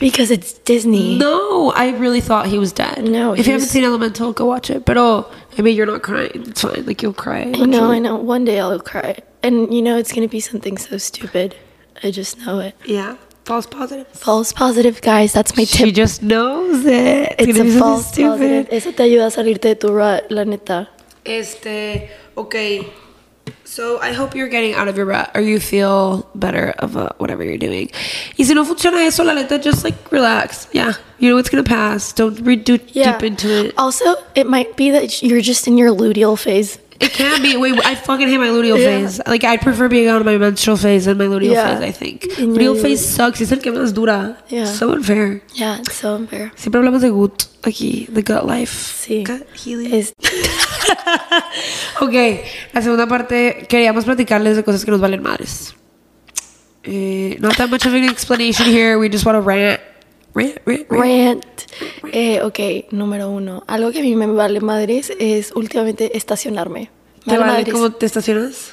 Speaker 1: because it's Disney.
Speaker 2: No, I really thought he was dead.
Speaker 1: No,
Speaker 2: If
Speaker 1: he
Speaker 2: you haven't
Speaker 1: was-
Speaker 2: seen Elemental, go watch it. Pero I mean, you're not crying. It's fine. Like, you'll cry.
Speaker 1: I know,
Speaker 2: eventually.
Speaker 1: I know. One day I'll cry. And you know, it's going to be something so stupid. I just know it.
Speaker 2: Yeah. False positive.
Speaker 1: False positive, guys. That's my
Speaker 2: She
Speaker 1: tip.
Speaker 2: just knows it.
Speaker 1: It's
Speaker 2: gonna be
Speaker 1: a
Speaker 2: something
Speaker 1: false positive. Eso te ayuda a salirte de tu rut, la neta.
Speaker 2: Este, okay. So I hope you're getting out of your rut or you feel better of uh, whatever you're doing. Y si no funciona eso, la neta, just like relax. Yeah, you know it's gonna pass. Don't read too
Speaker 1: Yeah.
Speaker 2: deep into it.
Speaker 1: Also, it might be that you're just in your luteal phase.
Speaker 2: It can be. Wait, I fucking hate my luteal
Speaker 1: Yeah.
Speaker 2: phase. Like I prefer being out of my menstrual phase than my luteal
Speaker 1: Yeah.
Speaker 2: phase. I think
Speaker 1: In your-
Speaker 2: luteal phase sucks. It's el que más dura.
Speaker 1: Yeah.
Speaker 2: So unfair.
Speaker 1: Yeah, it's so unfair.
Speaker 2: Siempre hablamos de gut aquí, the gut life.
Speaker 1: Sí.
Speaker 2: Gut healing.
Speaker 1: Es,
Speaker 2: Ok, la segunda parte queríamos platicarles de cosas que nos valen madres. Eh, not that much of an explanation here, we just want to rant. Rant, rant, rant.
Speaker 1: Rant. Eh, ok, número uno. Algo que a mí me vale madres es últimamente estacionarme. Me
Speaker 2: ¿Te
Speaker 1: vale
Speaker 2: vale
Speaker 1: madres.
Speaker 2: cómo te estacionas?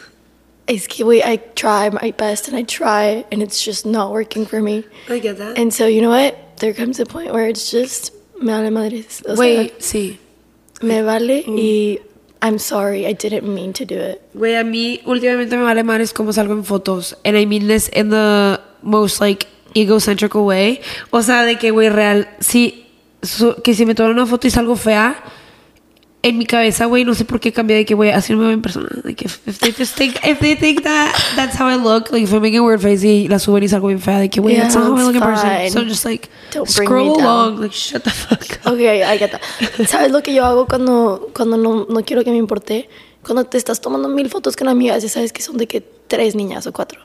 Speaker 1: Es que, güey, I try my best and I try and it's just not working for me.
Speaker 2: I get that.
Speaker 1: And so, you know what? There comes a point where it's just me vale madres. O sea,
Speaker 2: Wait, sí.
Speaker 1: me vale y I'm sorry, I didn't mean to do it.
Speaker 2: Güey, a mí últimamente me vale madres cómo salgo en fotos. And I mean this in the most, like, egocentrical way. O sea, de que, güey, real, sí, so- que si me toman una foto y salgo fea, en mi cabeza, güey, no sé por qué cambié de que, güey, así no me veo en persona. Like, if, if they just think, if they think that that's how I look, like, if I'm making a weird face y la suben y salgo bien fea, de que, güey,
Speaker 1: Yeah,
Speaker 2: that's not how I
Speaker 1: it's
Speaker 2: look in
Speaker 1: fine.
Speaker 2: person. So just, like,
Speaker 1: Don't bring me
Speaker 2: scroll
Speaker 1: down.
Speaker 2: along, Oh, like, shut the fuck up.
Speaker 1: Ok, I get that. ¿Sabes lo que yo hago cuando, cuando no, no quiero que me importe? Cuando te estás tomando mil fotos con amigas, ya sabes que son de que tres niñas o cuatro.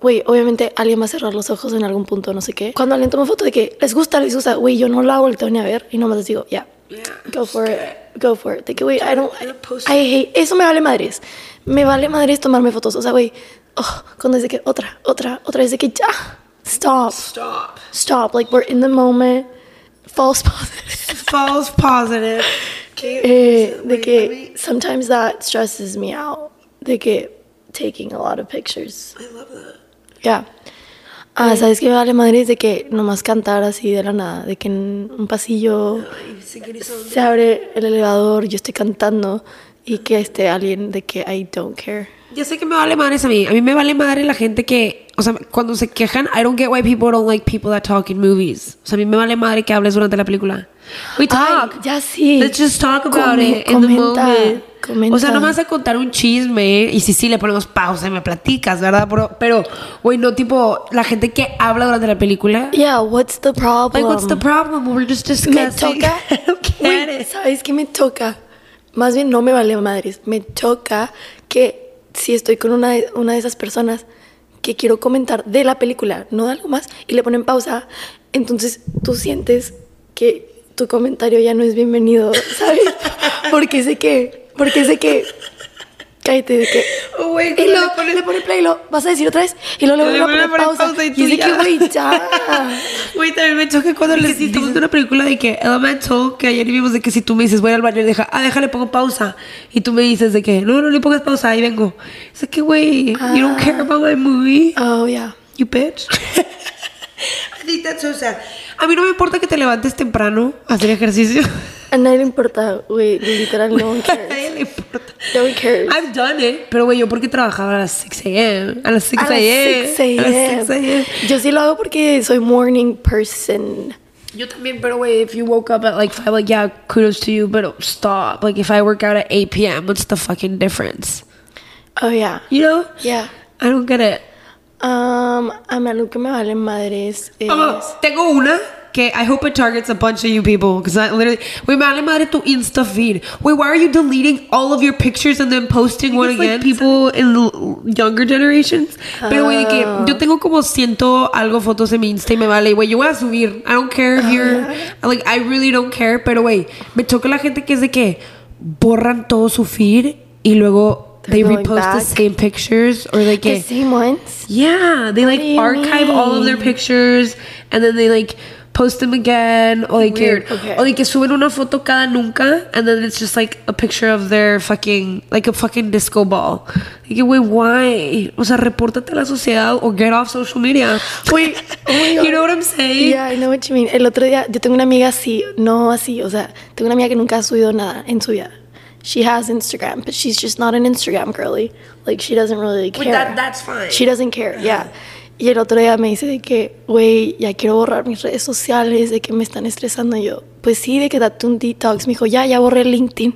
Speaker 1: Güey, obviamente alguien va a cerrar los ojos en algún punto, no sé qué. Cuando alguien toma foto de que les gusta, les gusta, güey, yo no la volteo ni a ver y nomás les digo, ya, go for it, go for it. De que, güey, I don't, I hate, eso me vale madres. Me vale madres tomarme fotos, o sea, güey, oh, cuando es de que otra, otra, otra, es de que ya, stop,
Speaker 2: Stop.
Speaker 1: stop, like we're in the moment, false positive.
Speaker 2: False positive.
Speaker 1: Eh, de que sometimes that stresses me out. De que taking a lot of pictures. I love that. Yeah. Ah, ¿Sabes qué me vale madre? Es de que nomás cantar así de la nada. De que en un pasillo se abre el elevador, yo estoy cantando y que esté alguien de que I don't care.
Speaker 2: Ya sé que me vale madres a mí. A mí me vale madre la gente que, o sea, cuando se quejan, I don't get why people don't like people that talk in movies. O sea, a mí me vale madre que hables durante la película. We
Speaker 1: Ay,
Speaker 2: talk.
Speaker 1: ya sí.
Speaker 2: Let's just talk about
Speaker 1: Come-
Speaker 2: it in the
Speaker 1: comenta,
Speaker 2: moment.
Speaker 1: comenta.
Speaker 2: O sea, nomás a contar un chisme y si sí le ponemos pausa y me platicas, ¿verdad? Pero, pero, güey, no tipo la gente que habla durante la película.
Speaker 1: Yeah, what's the problem?
Speaker 2: Like, what's the problem? We're just
Speaker 1: Me
Speaker 2: discussing.
Speaker 1: toca.
Speaker 2: I don't
Speaker 1: Güey,
Speaker 2: get it.
Speaker 1: ¿Sabes qué me toca? Más bien no me vale madres. Me toca que si estoy con una, de- una de esas personas que quiero comentar de la película, no de algo más, y le ponen pausa, entonces tú sientes que tu comentario ya no es bienvenido, ¿sabes? Porque sé que, porque sé que, cállate de que.
Speaker 2: Oh, güey,
Speaker 1: y
Speaker 2: cuando
Speaker 1: luego
Speaker 2: le pones-
Speaker 1: le pone play y lo vas a decir otra vez, y luego le
Speaker 2: Le
Speaker 1: vuelven a
Speaker 2: vuelven
Speaker 1: poner pausa.
Speaker 2: y
Speaker 1: y
Speaker 2: tú
Speaker 1: es de que,
Speaker 2: ya.
Speaker 1: güey, ya.
Speaker 2: Güey, también me choca cuando les hicimos una película de que Elemental, que ayer vimos de que si tú me dices voy al baño, deja, ah, déjale, pongo pausa. Y tú me dices de que no, no le pongas pausa, ahí vengo. Es de que, güey, you don't care about my movie,
Speaker 1: Oh, yeah.
Speaker 2: you bitch. I think that's so sad. A mí no me importa que te levantes temprano a hacer ejercicio.
Speaker 1: A nadie le importa, güey, literal, no one
Speaker 2: A
Speaker 1: cares.
Speaker 2: nadie le importa.
Speaker 1: No one cares.
Speaker 2: I've done it. Pero, güey, yo porque trabajaba a las 6 a.m. A las 6
Speaker 1: A las
Speaker 2: a.m.
Speaker 1: 6 a.m. Yo sí lo hago porque soy morning person.
Speaker 2: Yo también, pero güey, if you woke up at like 5, like, yeah, kudos to you, but stop. Like, if I work out at 8 p.m., what's the fucking difference?
Speaker 1: Oh, yeah.
Speaker 2: You know?
Speaker 1: Yeah.
Speaker 2: I don't get it.
Speaker 1: Um, a mí algo que me vale madres es...
Speaker 2: Oh, tengo una que I hope it targets a bunch of you people, because I literally, we madre madre tu Insta feed. Wait, why are you deleting all of your pictures and then posting one
Speaker 4: it's, like,
Speaker 2: again? people in the younger generations. Pero güey, de que yo tengo como ciento algo fotos en mi Insta y me vale, güey, yo voy a subir. I don't care if you're, like, I really don't care, pero güey, me choca la gente que es de que borran todo su feed y luego
Speaker 1: They're
Speaker 2: they
Speaker 1: going
Speaker 2: repost the
Speaker 1: back.
Speaker 2: same pictures or like
Speaker 1: The same ones.
Speaker 2: yeah, they like
Speaker 1: do you
Speaker 2: archive all of their
Speaker 1: mean?
Speaker 2: pictures and then they like post them again. Or like,
Speaker 1: Weird,
Speaker 2: que-
Speaker 1: okay.
Speaker 2: or like que suben una foto cada nunca and then it's just like a picture of their fucking like a fucking disco ball. Like, wait, why? O sea, repórtate a la sociedad or get off social media.
Speaker 1: Güey, oh my God.
Speaker 2: you know what I'm saying?
Speaker 1: Yeah, I know what you mean. El otro día, yo tengo una amiga así, no así, o sea, tengo una amiga que nunca ha subido nada en su vida. She has Instagram, but she's just not an Instagram girly. Like she doesn't really care.
Speaker 4: But that, that's fine.
Speaker 1: She doesn't care, yeah. Y el otro día me dice de que, güey, ya quiero borrar mis redes sociales, de que me están estresando. Y yo, pues sí, de que date un detox. Me dijo, ya, ya borré LinkedIn.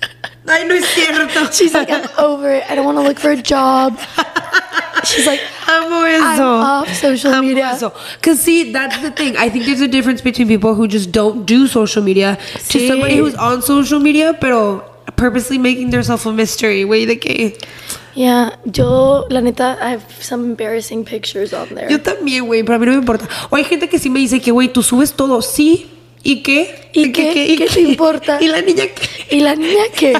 Speaker 4: Ay, no es cierto.
Speaker 1: She's like, I'm over it. I don't want to look for a job. She's like,
Speaker 2: Amo eso.
Speaker 1: I'm off social
Speaker 2: Amo
Speaker 1: media.
Speaker 2: eso. Cause see, that's the thing. I think there's a difference between people who just don't do social media to
Speaker 1: Sí.
Speaker 2: somebody who's on social media, pero purposely making themselves a mystery. Way de que
Speaker 1: Yeah, yo, la neta, I have some embarrassing pictures on there.
Speaker 2: yo también, güey, pero a mí no me importa. O hay gente que sí me dice que, güey, tú subes todo, sí. ¿Y qué?
Speaker 1: ¿Y qué? ¿Qué te importa?
Speaker 2: ¿Y la niña qué?
Speaker 1: ¿Y la niña qué?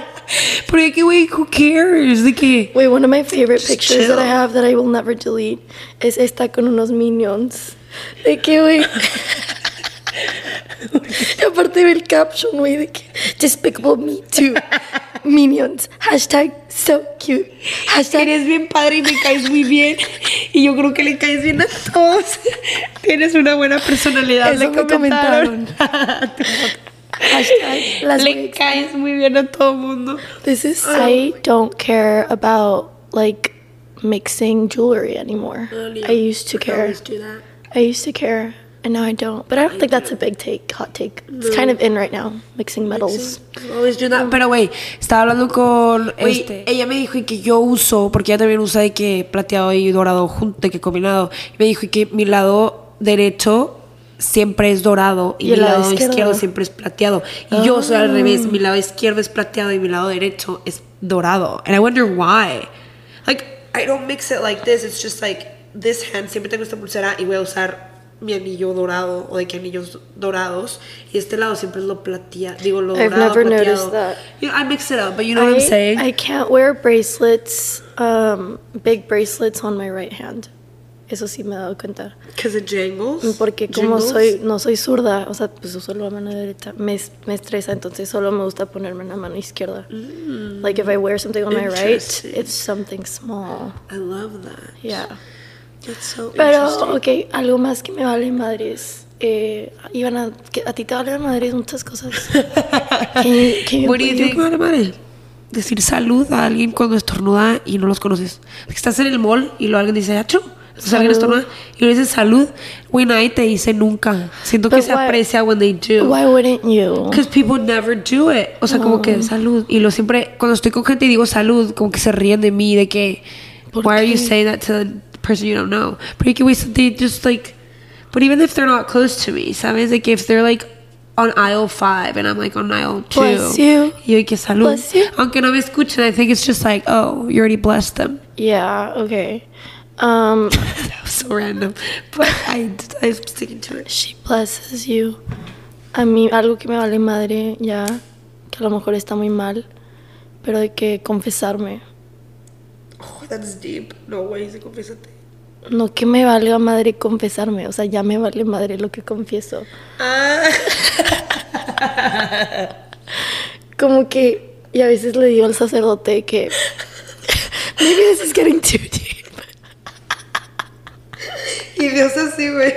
Speaker 2: Pero de que, güey, who cares? De que.
Speaker 1: Wait, one of my favorite pictures that I
Speaker 2: chill.
Speaker 1: have that I will never delete es esta con unos minions. De que, güey. y aparte del caption, güey, de que Despicable Me Too. Minions. Hashtag so cute. Hashtag
Speaker 2: Eres bien padre y me caes muy bien. Y yo creo que le caes bien a todos. Tienes una buena personalidad.
Speaker 1: Eso
Speaker 2: le
Speaker 1: me comentaron. Hashtag las
Speaker 2: le
Speaker 1: wigs.
Speaker 2: caes muy bien a todo mundo.
Speaker 1: This is I don't care about like mixing jewelry anymore. I used to
Speaker 4: I
Speaker 1: care.
Speaker 4: always do that.
Speaker 1: I used to care, and now I don't. But I don't think that's a big take, hot take. It's kind of in right now, mixing metals.
Speaker 4: I always do that.
Speaker 2: Pero, güey, estaba hablando con. güey,
Speaker 4: Este.
Speaker 2: Ella me dijo y que yo uso, porque ella también usa de que plateado y dorado junto, de que combinado. Y me dijo y que mi lado derecho siempre es dorado
Speaker 1: Y
Speaker 2: y, mi
Speaker 1: el
Speaker 2: lado,
Speaker 1: lado
Speaker 2: izquierdo.
Speaker 1: izquierdo.
Speaker 2: siempre es plateado. Y yo soy al revés. Mi lado izquierdo es plateado y mi lado derecho es dorado. And I wonder why. Like,
Speaker 4: I don't mix it like this. It's just like this hand. Siempre tengo esta pulsera y voy a usar mi anillo dorado o de que anillos dorados. Y este lado siempre es lo plateado. Digo, lo
Speaker 1: I've
Speaker 4: dorado.
Speaker 1: never
Speaker 4: plateado.
Speaker 1: noticed that.
Speaker 4: You know, I mix it up, but you know what
Speaker 1: I,
Speaker 4: I'm saying?
Speaker 1: I can't wear bracelets, um, big bracelets on my right hand. Eso sí me he dado cuenta.
Speaker 4: Because it jangles.
Speaker 1: Porque como
Speaker 4: Jingles.
Speaker 1: soy, no soy zurda, o sea, pues uso la mano derecha, me, es- me estresa, entonces solo me gusta ponerme en la mano izquierda. Like if I wear something on my right,
Speaker 4: Mm. Interesting.
Speaker 1: it's something small.
Speaker 4: I love that.
Speaker 1: Yeah.
Speaker 4: That's so
Speaker 1: Pero,
Speaker 4: interesting.
Speaker 1: ok, algo más que me vale madres. Eh, Iván, a, que a ti te valen madres muchas cosas. Can you- can you
Speaker 2: What do you
Speaker 1: please-
Speaker 2: think, madre, madre? Decir salud a alguien cuando estornuda y no los conoces. Que Estás en el mall y lo alguien dice, acho. Entonces alguien
Speaker 1: Salud.
Speaker 2: estornuda y le dices salud. Güey, nadie te dice nunca. Siento que
Speaker 1: But
Speaker 2: se
Speaker 1: why-
Speaker 2: aprecia when they do.
Speaker 1: Why wouldn't you?
Speaker 2: Because people never do it. O sea, como que salud. Y lo siempre, cuando estoy con gente y digo salud, como que se ríen de mí, de que, why
Speaker 1: ¿Por
Speaker 2: are you
Speaker 1: qué?
Speaker 2: saying that to the person you don't know? Pero que, güey, they just like, but even if they're not close to me, ¿sabes? Like, if they're like on aisle five and I'm like on aisle two.
Speaker 1: Bless you.
Speaker 2: Y yo, que salud.
Speaker 1: Bless you.
Speaker 2: Aunque no me escuchen, I think it's just like, oh, you already blessed them.
Speaker 1: Yeah, okay. Um,
Speaker 2: that was so random. But I, I'm sticking to it.
Speaker 1: she blesses you. A mí, algo que me vale madre ya, que a lo mejor está muy mal, pero de que confesarme.
Speaker 4: Oh, that's deep. No, güey, sí, confiésate.
Speaker 1: No que me valga madre confesarme, o sea, ya me vale madre lo que confieso.
Speaker 4: Ah.
Speaker 1: Como que, y a veces le digo al sacerdote que, maybe this is getting too deep.
Speaker 4: Y Dios así, güey.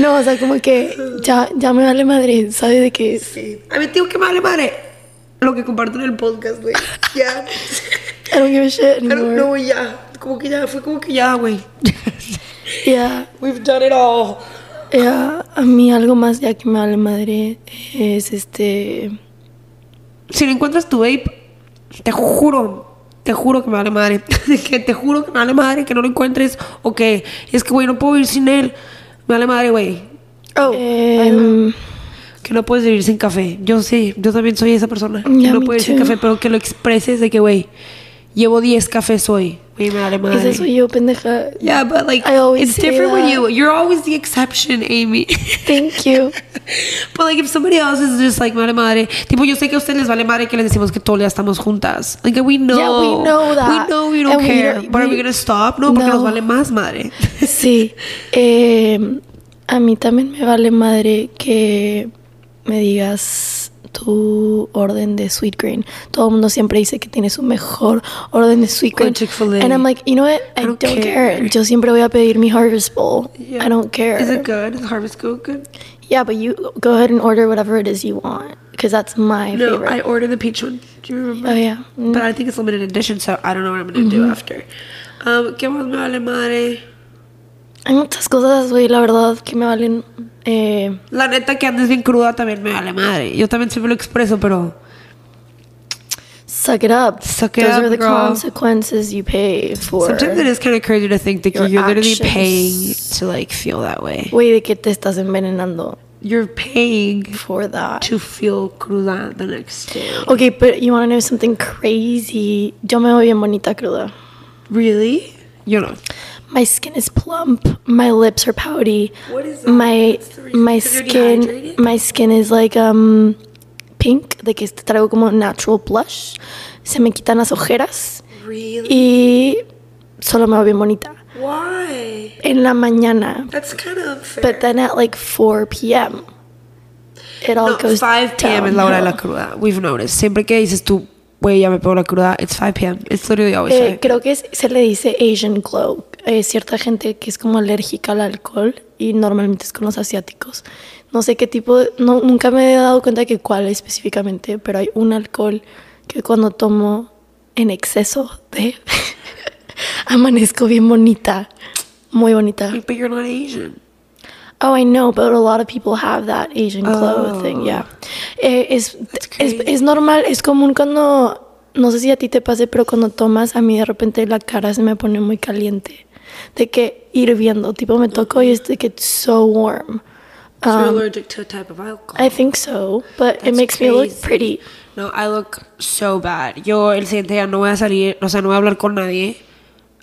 Speaker 1: No, o sea, como que ya, ya me vale madre, ¿sabes de qué es?
Speaker 4: Sí. A mí, tío, que me vale madre. Lo que comparto en el podcast, güey. Ya.
Speaker 1: I don't give a shit
Speaker 4: I don't
Speaker 1: anymore.
Speaker 4: know, ya. Como que ya, fue como que ya, güey.
Speaker 1: Yeah,
Speaker 4: We've done it all.
Speaker 1: yeah, a mí algo más ya que me vale madre es este...
Speaker 2: Si no encuentras tu vape, te juro, te juro que me vale madre. que te juro que me vale madre, que no lo encuentres. O que es que, güey, no puedo vivir sin él. Me vale madre, güey. Oh,
Speaker 1: em,
Speaker 2: que no puedes vivir sin café. Yo sí, yo también soy esa persona. que
Speaker 1: Yeah,
Speaker 2: no
Speaker 1: me
Speaker 2: puedo vivir sin
Speaker 1: too.
Speaker 2: café, pero que lo expreses de que, güey, llevo 10 cafés hoy. Güey, me vale madre.
Speaker 1: esa soy yo, pendeja.
Speaker 2: Yeah, but like
Speaker 1: I always
Speaker 2: it's
Speaker 1: say
Speaker 2: different when
Speaker 1: that.
Speaker 2: you you're always the exception, Amy.
Speaker 1: Thank you.
Speaker 2: But like if somebody else is just like vale madre, tipo yo sé que a ustedes les vale madre que les decimos que todos ya estamos juntas. Like we know.
Speaker 1: Yeah, we know that.
Speaker 2: We know we don't
Speaker 1: And we
Speaker 2: care.
Speaker 1: don't-
Speaker 2: but are we
Speaker 1: we-
Speaker 2: gonna stop? No, porque
Speaker 1: No.
Speaker 2: nos vale más madre.
Speaker 1: Sí, em, a mí también me vale madre que me digas tu orden de sweet green. Todo el mundo siempre dice que tiene su mejor orden de sweet
Speaker 2: Con
Speaker 1: green.
Speaker 2: Chick-fil-A.
Speaker 1: And I'm like, you know what? I,
Speaker 2: don't
Speaker 1: don't,
Speaker 2: care.
Speaker 1: care. Yo siempre voy a pedir mi harvest bowl. I don't care.
Speaker 2: Is it good? Is harvest go good?
Speaker 1: Yeah, but you go ahead and order whatever it is you want. because that's my
Speaker 4: No,
Speaker 1: favorite.
Speaker 4: I ordered the peach one. Do you remember?
Speaker 1: Oh, yeah. Mm.
Speaker 4: But I think it's limited edition, so I don't know what I'm gonna
Speaker 1: Mm-hmm.
Speaker 4: do after. Um, ¿Qué más me vale madre?
Speaker 1: Hay muchas cosas, güey, la verdad, que me valen. eh,
Speaker 4: La neta que andes bien cruda también me vale madre. Yo también siempre lo expreso, pero
Speaker 1: suck it up.
Speaker 4: Suck it
Speaker 1: Those
Speaker 4: up,
Speaker 1: are the
Speaker 4: girl.
Speaker 1: consequences you pay for.
Speaker 4: sometimes it is kind of crazy to think that
Speaker 1: Your
Speaker 4: you're literally
Speaker 1: actions.
Speaker 4: paying to like feel that way.
Speaker 1: Güey, de que te estás envenenando
Speaker 4: You're paying
Speaker 1: for that.
Speaker 4: to feel cruda the next day.
Speaker 1: Okay, but you want to know something crazy? Yo me voy bien bonita cruda.
Speaker 4: Really? You know.
Speaker 1: My skin is plump. My lips are pouty.
Speaker 2: What is that?
Speaker 1: My
Speaker 2: That's the reason.
Speaker 1: my
Speaker 2: 'Cause you're
Speaker 1: skin
Speaker 2: dehydrated?
Speaker 1: my skin is like um pink, de que este traigo como natural blush. Se me quitan las ojeras
Speaker 2: Really?
Speaker 1: y solo me veo bien bonita
Speaker 2: Why?
Speaker 1: en la mañana.
Speaker 2: That's kind of unfair.
Speaker 1: But then at like 4 p.m. it all
Speaker 4: No,
Speaker 1: goes
Speaker 4: 5 p.m. es la hora de la
Speaker 1: downhill.
Speaker 4: cruda. We've noticed. Siempre que dices tú, güey, ya me pego la cruda, it's 5 p.m. It's literally always
Speaker 1: Eh,
Speaker 4: 5
Speaker 1: creo que es- se le dice Asian glow. Eh, cierta gente que es como alérgica al alcohol y normalmente es con los asiáticos. No sé qué tipo, de- no, nunca me he dado cuenta de que cuál específicamente, pero hay un alcohol que cuando tomo en exceso de amanezco bien bonita, muy bonita.
Speaker 4: But you're not Asian.
Speaker 1: Oh, I know, but a lot of people have that Asian glow
Speaker 4: Oh.
Speaker 1: thing, yeah. Eh, es, es,
Speaker 4: crazy.
Speaker 1: es normal, es común cuando, no sé si a ti te pase, pero cuando tomas, a mí de repente la cara se me pone muy caliente. De que hirviendo, tipo me toco y es de que it's so warm.
Speaker 4: So
Speaker 1: Um,
Speaker 4: you're allergic to a type of alcohol.
Speaker 1: I think so, but it
Speaker 4: That's
Speaker 1: makes me look
Speaker 4: crazy.
Speaker 1: pretty.
Speaker 4: No, I look so bad. Yo el siguiente día no voy a salir, o sea, no voy a hablar con nadie,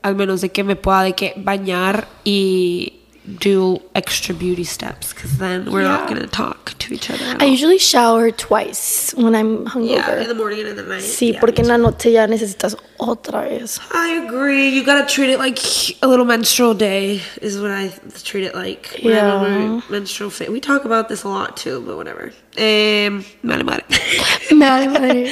Speaker 4: al menos de que me pueda de que bañar y do extra beauty steps, because then we're not
Speaker 1: Yeah.
Speaker 4: gonna talk to each other. at
Speaker 1: I
Speaker 4: all.
Speaker 1: usually shower twice when I'm
Speaker 2: yeah, in the
Speaker 1: hungover.
Speaker 2: morning and in the night.
Speaker 1: Sí,
Speaker 2: Yeah,
Speaker 1: porque
Speaker 2: me
Speaker 1: en la noche ya necesitas otra vez.
Speaker 2: too. I agree. You gotta treat it like a little menstrual day is what I treat it like. When I'm on my
Speaker 1: Yeah.
Speaker 2: menstrual phase. We talk about this a lot too, but whatever. Um, vale, madre.
Speaker 1: Me vale madre.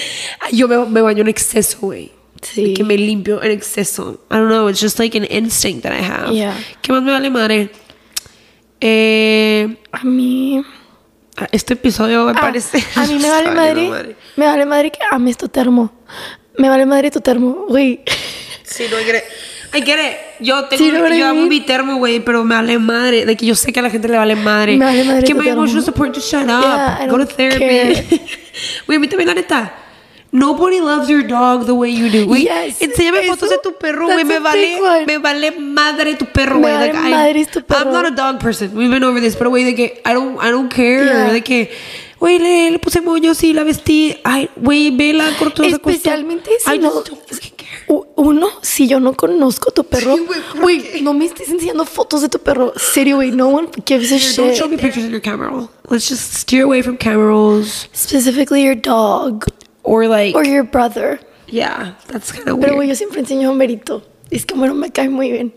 Speaker 4: Yo me, me baño en exceso, güey.
Speaker 1: Sí.
Speaker 4: Que me limpio en exceso. I don't know, it's just like an instinct that I have.
Speaker 1: Yeah.
Speaker 4: ¿Qué más me vale madre? Eh,
Speaker 1: A mí...
Speaker 4: este episodio me
Speaker 1: Ah,
Speaker 4: parece...
Speaker 1: A mí me vale
Speaker 2: Está
Speaker 1: madre,
Speaker 2: valiendo madre.
Speaker 1: Me vale madre que ames tu termo. Me vale madre tu termo, güey.
Speaker 2: Sí, no, I get it. I get it. Yo tengo,
Speaker 1: Sí, no, what I
Speaker 2: yo amo
Speaker 1: mean.
Speaker 2: mi termo, güey, pero me vale madre. De que yo sé que a la gente le vale madre.
Speaker 1: Me vale madre
Speaker 2: Que
Speaker 1: tu
Speaker 2: my
Speaker 1: termo.
Speaker 2: emotional support just shut up.
Speaker 1: Yeah, I
Speaker 2: Go to
Speaker 1: don't
Speaker 2: therapy. Güey, a mí también la neta. Nobody loves your dog the way you do. Güey,
Speaker 1: Yes.
Speaker 2: enséñame
Speaker 1: Eso-
Speaker 2: fotos de tu perro,
Speaker 1: that's
Speaker 2: güey. Me
Speaker 1: a
Speaker 2: vale,
Speaker 1: big one.
Speaker 2: me vale madre tu perro,
Speaker 1: Me
Speaker 2: güey.
Speaker 1: vale
Speaker 2: I'm-
Speaker 1: madre tu perro.
Speaker 2: I'm not a dog person. We've been over this. Pero, güey, de que I don't, I don't care.
Speaker 1: Yeah.
Speaker 2: De que, güey, le, le puse moños y la vestí. Ay, güey, vela, cortó, se acostó.
Speaker 1: Especialmente si
Speaker 2: I
Speaker 1: no-
Speaker 2: just don't fucking care.
Speaker 1: U- Uno, si yo no conozco tu perro,
Speaker 2: Sí, güey, ¿por
Speaker 1: güey, no me estés enseñando fotos de tu perro. Serio, güey, no one gives a
Speaker 4: Don't show
Speaker 1: shit.
Speaker 4: me pictures of your camera roll. Let's just steer away from camera rolls.
Speaker 1: Specifically your dog
Speaker 4: Or like,
Speaker 1: or your brother.
Speaker 4: yeah, that's kind of weird.
Speaker 1: Pero, güey, yo siempre enseño a Merito. Es que, bueno, me cae muy bien.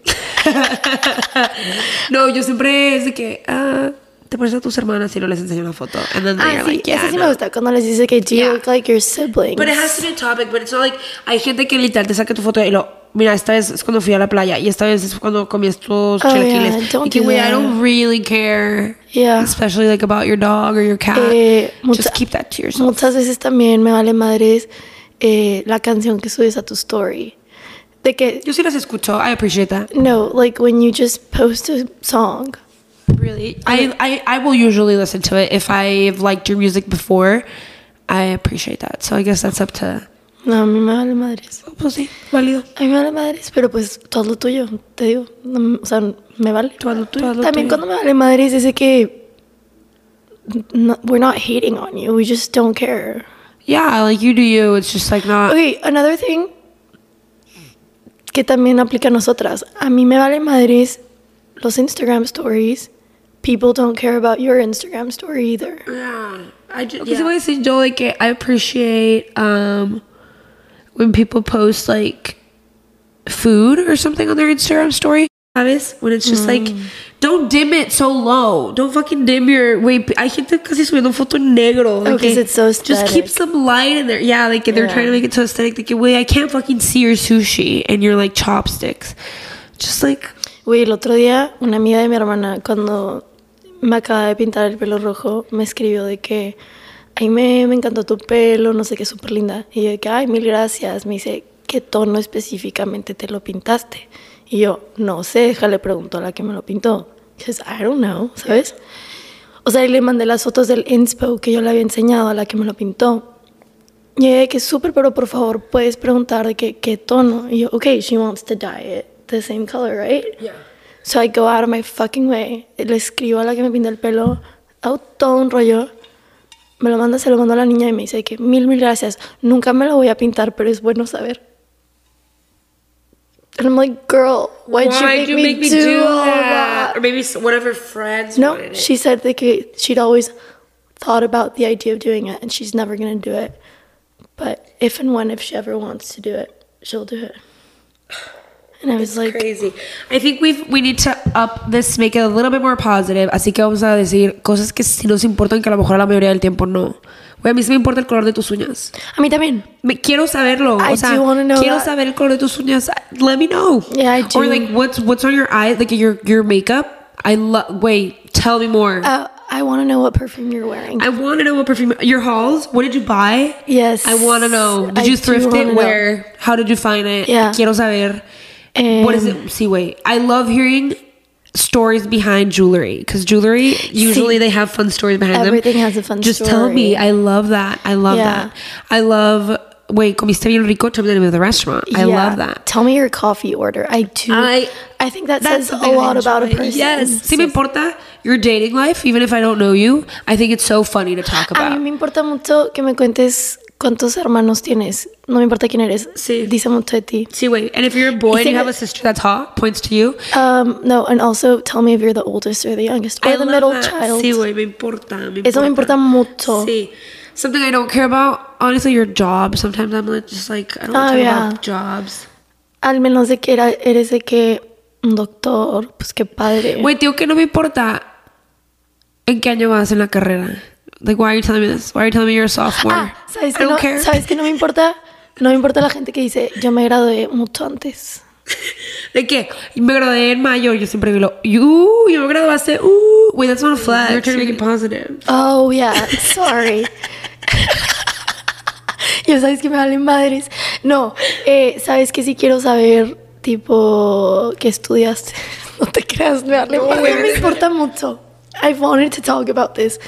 Speaker 4: No, yo siempre es de que, ah, te pones a tus hermanas y no les enseño una foto. And then
Speaker 1: Ah,
Speaker 4: they're
Speaker 1: sí,
Speaker 4: like, yeah,
Speaker 1: eso sí
Speaker 4: no.
Speaker 1: me gusta cuando les dice que do you
Speaker 4: Yeah.
Speaker 1: look like your sibling.
Speaker 2: But it has to be a topic, but it's not like
Speaker 4: Hay gente que literal te saca tu foto y lo, mira, esta vez es cuando fui a la playa y esta vez es cuando comí estos
Speaker 1: Oh,
Speaker 4: chilaquiles.
Speaker 1: yeah, don't
Speaker 4: Y que,
Speaker 1: do
Speaker 4: güey, I
Speaker 1: that.
Speaker 4: don't really care.
Speaker 1: Yeah.
Speaker 4: Especially like about your dog or your
Speaker 2: Ah,
Speaker 4: cat.
Speaker 1: Eh, mucha-
Speaker 4: Just keep that to yourself.
Speaker 1: Muchas veces también me vale madres eh, la canción que subes a tu story. De que,
Speaker 4: Yo sí las escucho. I appreciate that.
Speaker 1: no, like when you just post a song.
Speaker 4: Really? I, I, I will usually listen to it if I've liked your music before. I appreciate that. So I guess that's up to. oh,
Speaker 1: No, a mí me vale madres.
Speaker 4: Pues sí, válido.
Speaker 1: A mí me vale madres, pero pues todo lo tuyo, te digo. No, o sea, me vale.
Speaker 4: Tú haz lo tuyo, haz lo
Speaker 1: También
Speaker 4: tuyo.
Speaker 1: cuando me vale madres es de que. no- we're not hating on you, we just don't care.
Speaker 4: Yeah, like you do you. It's just like not.
Speaker 1: Ok, another thing que también aplica a nosotras. A mí me vale madres los Instagram stories. People don't care about your Instagram story either.
Speaker 2: yeah, I just
Speaker 4: Okay, so what I say, Joe, like I appreciate um when people post like food or something on their Instagram story. ¿Sabes? When it's just
Speaker 1: Mm.
Speaker 4: like, don't dim it so low. Don't fucking dim your. Wait, hay gente casi subiendo foto en negro. like,
Speaker 1: Oh, 'cause it's so
Speaker 4: Just keep
Speaker 1: aesthetic.
Speaker 4: some light in there. Yeah, like they're
Speaker 1: Yeah.
Speaker 4: trying to make it so aesthetic. Like, wait, I can't fucking see your sushi and your like chopsticks. Just like,
Speaker 1: Güey, el otro día una amiga de mi hermana cuando me acaba de pintar el pelo rojo me escribió de que ay, me, me encantó tu pelo, no sé qué, súper linda. Y yo de que, ay, mil gracias. Me dice, ¿qué tono específicamente te lo pintaste? Y yo, no sé, déjale, preguntó a la que me lo pintó. Y dices, I don't know, ¿sabes? O sea, y le mandé las fotos del inspo que yo le había enseñado a la que me lo pintó. Y ella de que súper, pero por favor puedes preguntar de que, qué tono. Y yo, ok, she wants to dye it the same color, right? So I go out of my fucking way. Le escribo a la que me pinta el pelo, hago todo un rollo. Me lo manda, se lo mando a la niña y me dice que mil, mil gracias. Nunca me lo voy a pintar, pero es bueno saber. And I'm like, girl, why'd you
Speaker 4: Why'd
Speaker 1: make, me, do, all that?
Speaker 4: Or maybe s- one of her friends
Speaker 1: No,
Speaker 4: wanted it.
Speaker 1: she said that she'd always thought about the idea of doing it, and she's never gonna do it. But if and when, if she ever wants to do it, she'll do it. And I was like,
Speaker 4: crazy.
Speaker 2: I think we've, we need to up this, make it a little bit more positive. Así que vamos a decir cosas que sí nos importan que a lo mejor a la mayoría del tiempo no. Güey, a mí sí me importa el color de tus uñas.
Speaker 1: a mí también.
Speaker 2: Me, quiero saberlo.
Speaker 1: I
Speaker 2: o sea,
Speaker 1: do wanna know
Speaker 2: quiero
Speaker 1: that.
Speaker 2: saber el color de tus uñas. Let me know.
Speaker 1: Yeah, I do.
Speaker 2: Or like what's what's on your eye, like your your makeup. I love. Wait, tell me more.
Speaker 1: Uh, I want to know what perfume you're wearing.
Speaker 2: I want to know what perfume. Your hauls. What did you buy?
Speaker 1: yes.
Speaker 2: I want to know. Did
Speaker 1: I
Speaker 2: you
Speaker 1: do
Speaker 2: thrift
Speaker 1: wanna
Speaker 2: it?
Speaker 1: know.
Speaker 2: Where? How did you find it?
Speaker 1: Yeah.
Speaker 2: Quiero saber. what is
Speaker 1: Um,
Speaker 2: it? See, wait. I love hearing stories behind jewelry because jewelry usually they have fun stories behind them.
Speaker 1: everything has a fun
Speaker 2: Just tell me.
Speaker 1: story.
Speaker 2: I love that. I love
Speaker 1: Yeah.
Speaker 2: that. I love. Wait, comiste bien rico. Tell me the name of the restaurant. I
Speaker 1: Yeah.
Speaker 2: love that.
Speaker 1: Tell me your coffee order. I do.
Speaker 2: I-
Speaker 1: I, think that says
Speaker 2: That's the
Speaker 1: a
Speaker 2: thing I
Speaker 1: lot about a
Speaker 2: enjoy.
Speaker 1: person.
Speaker 2: Yes. Sí me importa your dating life, even if I don't know you. I think it's so funny to talk
Speaker 1: A mí
Speaker 2: about.
Speaker 1: me importa mucho que me cuentes cuántos hermanos tienes. No me importa quién eres.
Speaker 2: Sí.
Speaker 1: Dice mucho de ti.
Speaker 2: See, wait. And if you're a boy and
Speaker 1: Isn't
Speaker 2: you have
Speaker 1: it-
Speaker 2: a sister that's hot, points to you.
Speaker 1: Um, no, and also tell me if you're the oldest or the youngest or
Speaker 2: I
Speaker 1: the
Speaker 2: love
Speaker 1: middle
Speaker 2: that.
Speaker 1: child.
Speaker 2: Sí, güey, me importa. Me
Speaker 1: Eso me importa mucho.
Speaker 2: Sí. Something I don't care about. Honestly, your job. Sometimes I'm like, just like, I don't
Speaker 1: Oh,
Speaker 2: talk
Speaker 1: yeah.
Speaker 2: about jobs.
Speaker 1: Al menos de que era, eres de que un doctor, pues qué padre.
Speaker 2: Güey, tío, que no me importa en qué año vas en la carrera. Like, why are you telling me this? Why are you telling me you're a sophomore?
Speaker 1: ah, ¿sabes
Speaker 2: I
Speaker 1: que,
Speaker 2: don't
Speaker 1: no,
Speaker 2: care.
Speaker 1: ¿sabes que no me importa? No me importa la gente que dice, yo me gradué mucho antes.
Speaker 2: De que me gradué en mayo, yo siempre digo, uh, yo me graduaste, uh, wait, that's not a flag. You're trying to make it positive.
Speaker 1: Oh, yeah, sorry. Yo sabes que me valen madres. No, eh, sabes que si quiero saber, tipo, qué estudiaste. No te creas, me vale madres. No me importa mucho. I've wanted to talk about this.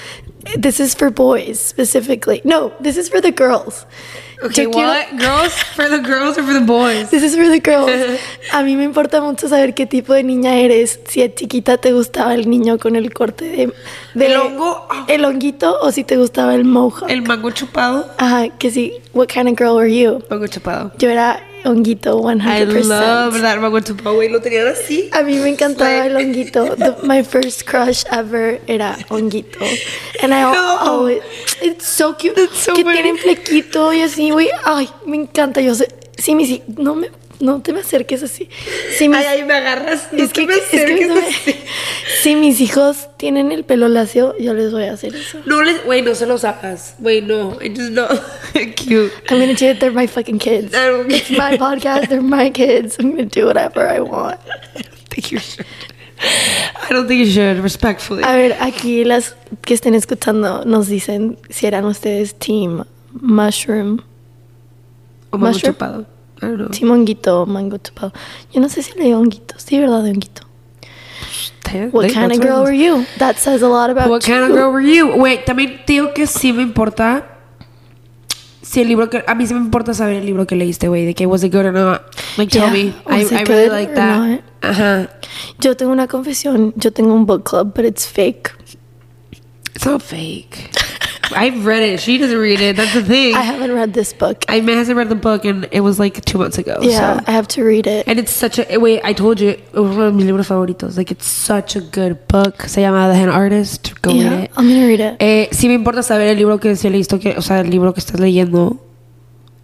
Speaker 1: This is for boys specifically. No, this is for the girls.
Speaker 2: Okay,
Speaker 1: Yo quiero-
Speaker 2: what? girls? For the girls or for the boys?
Speaker 1: This is for the girls. A mí me importa mucho saber qué tipo de niña eres. Si a chiquita te gustaba el niño con el corte de, de-
Speaker 2: El hongo. Ah.
Speaker 1: el honguito, o si te gustaba el mohawk.
Speaker 2: El mango chupado.
Speaker 1: Ajá, que sí. What kind of girl were you?
Speaker 2: Mango chupado.
Speaker 1: Yo era honguito 100%.
Speaker 2: I love that mango chupado, güey, lo tenían así.
Speaker 1: A mí me encantaba el honguito. The- my first crush ever era honguito. And I
Speaker 2: No.
Speaker 1: always... It's so cute.
Speaker 2: so
Speaker 1: que
Speaker 2: funny.
Speaker 1: tienen flequito y así, güey. Ay, me encanta. Yo sé... Sí, mi sí. No me... No te me acerques así. Sí, mis-
Speaker 2: Ay, ay, me agarras. No
Speaker 1: es que,
Speaker 2: te me
Speaker 1: es que
Speaker 2: acerques
Speaker 1: no me-
Speaker 2: así.
Speaker 1: si mis hijos tienen el pelo lacio, yo les voy a hacer eso.
Speaker 2: No les, güey, no se los hagas. Güey, no, I just no. Cute.
Speaker 1: I'm gonna do it. They're my fucking kids.
Speaker 2: I don't
Speaker 1: It's
Speaker 2: care.
Speaker 1: my podcast. They're my kids. I'm gonna do whatever I want.
Speaker 2: I think you should. I don't think you should, respectfully.
Speaker 1: A ver, aquí las que estén escuchando nos dicen si eran ustedes team mushroom,
Speaker 2: o mango
Speaker 1: mushroom?
Speaker 2: chupado. I don't know.
Speaker 1: team honguito, mango chupado. Yo no sé si le digo honguito. Sí, verdad, de honguito. What kind of girl were you? That says a lot about
Speaker 2: What kind of
Speaker 1: you.
Speaker 2: girl were you? Güey, también te digo que sí me importa. Si el libro que. A mí sí me importa saber el libro que leíste, güey. De que was it good or not. Like, tell
Speaker 1: Yeah,
Speaker 2: me. I,
Speaker 1: was it
Speaker 2: I really
Speaker 1: good
Speaker 2: like
Speaker 1: or
Speaker 2: that. Uh-huh.
Speaker 1: not?
Speaker 2: Ajá.
Speaker 1: Yo tengo una confesión. Yo tengo un book club, but it's fake.
Speaker 2: It's not fake. I've read it. She doesn't read it. That's the thing.
Speaker 1: I haven't read this book.
Speaker 2: I hasn't read the book and it was like two months ago.
Speaker 1: Yeah,
Speaker 2: So.
Speaker 1: I have to read it.
Speaker 2: And it's such a wait. I told you it was one of my libros favoritos. Like it's such a good book. Se llama The Hand Artist. Go read
Speaker 1: Yeah,
Speaker 2: it.
Speaker 1: I'm gonna read it.
Speaker 2: Eh, sí me importa saber el libro que se leíste, que, o sea, el libro que estás leyendo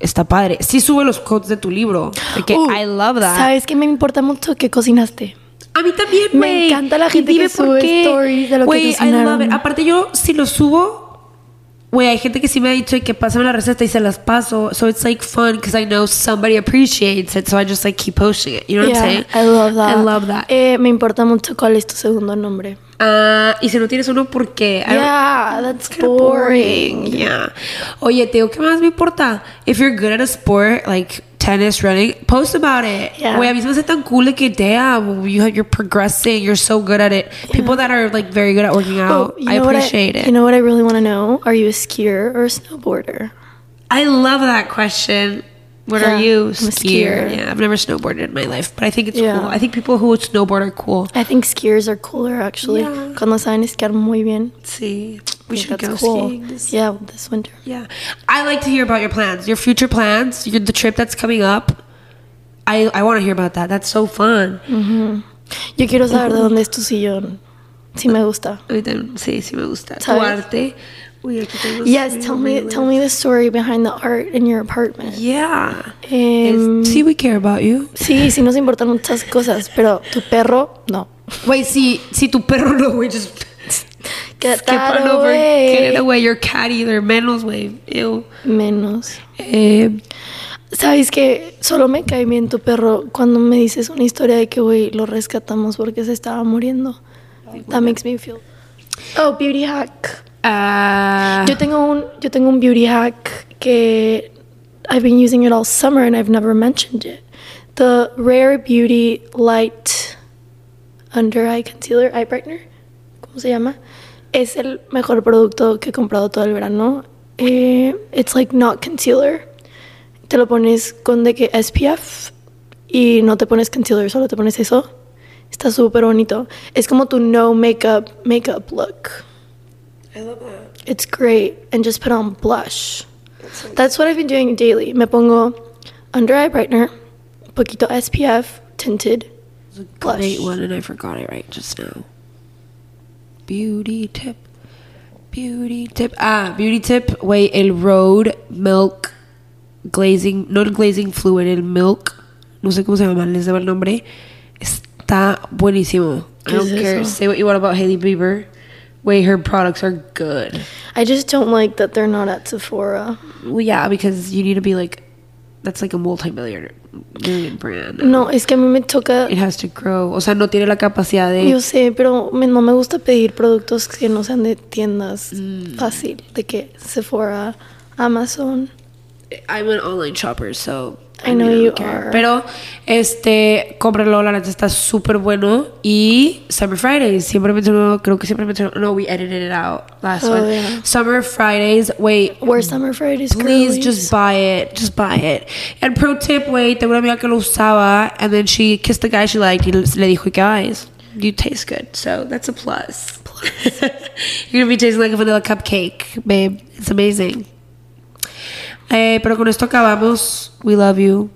Speaker 2: está padre. Sí sube los quotes de tu libro. De que
Speaker 1: Uh,
Speaker 2: I love that.
Speaker 1: ¿Sabes que me importa mucho que cocinaste?
Speaker 2: A mí también,
Speaker 1: Me
Speaker 2: güey.
Speaker 1: encanta la
Speaker 2: Y
Speaker 1: gente que
Speaker 2: dime por
Speaker 1: sube
Speaker 2: qué.
Speaker 1: stories de lo que
Speaker 2: Güey, I love
Speaker 1: cocinaron.
Speaker 2: it. Aparte yo, si lo subo, Güey, hay gente que sí me ha dicho que pásame la receta y se las paso. So it's like fun because I know somebody appreciates it. So I just like keep posting it. You know what I'm saying?
Speaker 1: Yeah, I love that.
Speaker 2: I love that.
Speaker 1: Eh, me importa mucho cuál es tu segundo nombre.
Speaker 2: Ah, y si no tienes uno, ¿por qué? I don't-
Speaker 1: Yeah, that's
Speaker 2: kinda boring. Yeah. Oye, te digo, ¿qué más me importa? If you're good at a sport, like tennis, running, post about it.
Speaker 1: Yeah.
Speaker 2: Güey, a mí se me hace tan cool de que, damn, you, you're progressing, you're so good at it. People that are, like, very good at working out,
Speaker 1: Oh, you
Speaker 2: I
Speaker 1: know what
Speaker 2: appreciate it.
Speaker 1: You know what I really want to know? Are you a skier or a snowboarder?
Speaker 2: I love that question. What
Speaker 1: Yeah,
Speaker 2: are you?
Speaker 1: I'm a
Speaker 2: Skier.
Speaker 1: skier.
Speaker 2: Yeah, I've never snowboarded in my life, but I think it's
Speaker 1: Yeah.
Speaker 2: cool. I think people who snowboard are cool.
Speaker 1: I think skiers are cooler, actually.
Speaker 2: Yeah.
Speaker 1: Cuando saben esquiar muy bien.
Speaker 2: See, we
Speaker 1: I think
Speaker 2: should
Speaker 1: that's
Speaker 2: go
Speaker 1: cool.
Speaker 2: skiing this
Speaker 1: Yeah, this winter.
Speaker 2: Yeah. I like to hear about your plans, your future plans, your, the trip that's coming up. I, I want to hear about that. That's so fun.
Speaker 1: Yo quiero saber de dónde es tu sillón. Sí me gusta.
Speaker 2: A mí también, sí, sí me gusta. Tu
Speaker 1: ¿Sabes?
Speaker 2: arte. Uy, aquí tenemos-
Speaker 1: Yes,
Speaker 2: mira,
Speaker 1: tell me
Speaker 2: mira.
Speaker 1: tell me the story behind the art in your apartment.
Speaker 2: Yeah.
Speaker 1: Em,
Speaker 2: It's- see, we care about you.
Speaker 1: sí, sí nos importan muchas cosas, pero tu perro, no.
Speaker 2: Wait, see, see, tu perro no, we just
Speaker 1: Get
Speaker 2: skip
Speaker 1: that
Speaker 2: on over.
Speaker 1: away.
Speaker 2: Get it away. Your cat either. Menos, way. Ew.
Speaker 1: Menos.
Speaker 2: Eh,
Speaker 1: Sabes que solo me cae bien tu perro cuando me dices una historia de que, güey, lo rescatamos porque se estaba muriendo. That makes me feel. Oh, beauty hack.
Speaker 2: ah,
Speaker 1: Yo tengo un, yo tengo un beauty hack que I've been using it all summer and I've never mentioned it. The Rare Beauty Light Under Eye Concealer Eye Brightener, ¿cómo se llama? Es el mejor producto que he comprado todo el verano. Eh, it's like not concealer. Te lo pones con de que SPF y no te pones concealer, solo te pones eso. Está súper bonito. Es como tu no makeup makeup look.
Speaker 4: I love that.
Speaker 1: It's great. And just put on blush. That's what I've been doing daily. Me pongo under eye brightener, poquito SPF, tinted. blush.
Speaker 2: Great one, and I forgot it right just now. Beauty tip. Beauty tip. Ah, beauty tip. Wait, el road milk glazing, no el glazing fluid, el milk. No sé cómo se llama, les debo el nombre. Está buenísimo. I
Speaker 1: ¿Qué
Speaker 2: don't
Speaker 1: es
Speaker 2: care.
Speaker 1: eso?
Speaker 2: Say what you want about Hailey Bieber. Wait, her products are good.
Speaker 1: I just don't like that they're not at Sephora.
Speaker 2: Well, yeah, because you need to be like, that's like a multi-million million brand.
Speaker 1: No, es que a mí me toca.
Speaker 2: It has to grow. O sea, no tiene la capacidad de.
Speaker 1: Yo sé, pero me- no me gusta pedir productos que no sean de tiendas
Speaker 2: Mm.
Speaker 1: fácil, de que Sephora, Amazon.
Speaker 2: I'm an online shopper, so
Speaker 1: I know
Speaker 2: really
Speaker 1: you
Speaker 2: care.
Speaker 1: are.
Speaker 2: Pero este, cómpralo, la neta está súper bueno y Summer Fridays, siempre menciono, creo que siempre menciono, no, we edited it out last
Speaker 1: Oh,
Speaker 2: one.
Speaker 1: yeah.
Speaker 2: Summer Fridays, wait,
Speaker 1: Where Summer Fridays,
Speaker 2: Please
Speaker 1: girlies.
Speaker 2: just buy it. Just buy it. And pro tip, wait, tengo una amiga que lo usaba and then she kissed the guy she liked y le dijo, guys, you taste good. So that's a plus. You're gonna be tasting like a vanilla cupcake, babe. It's amazing. Eh, pero con esto acabamos. We love you.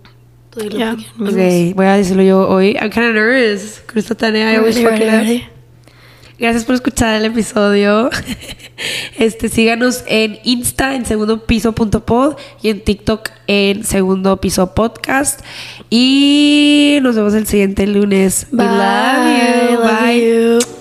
Speaker 1: Yeah. Mm-hmm.
Speaker 2: Ok, voy a decirlo yo hoy. I'm kind of nervous. Con esta tarea, I always fuck it up. Gracias por escuchar el episodio. Este, síganos en Insta en segundo piso punto pod y en TikTok en segundo piso podcast. Y nos vemos el siguiente lunes. We
Speaker 1: Bye.
Speaker 2: love you.
Speaker 1: Love
Speaker 2: Bye.
Speaker 1: you.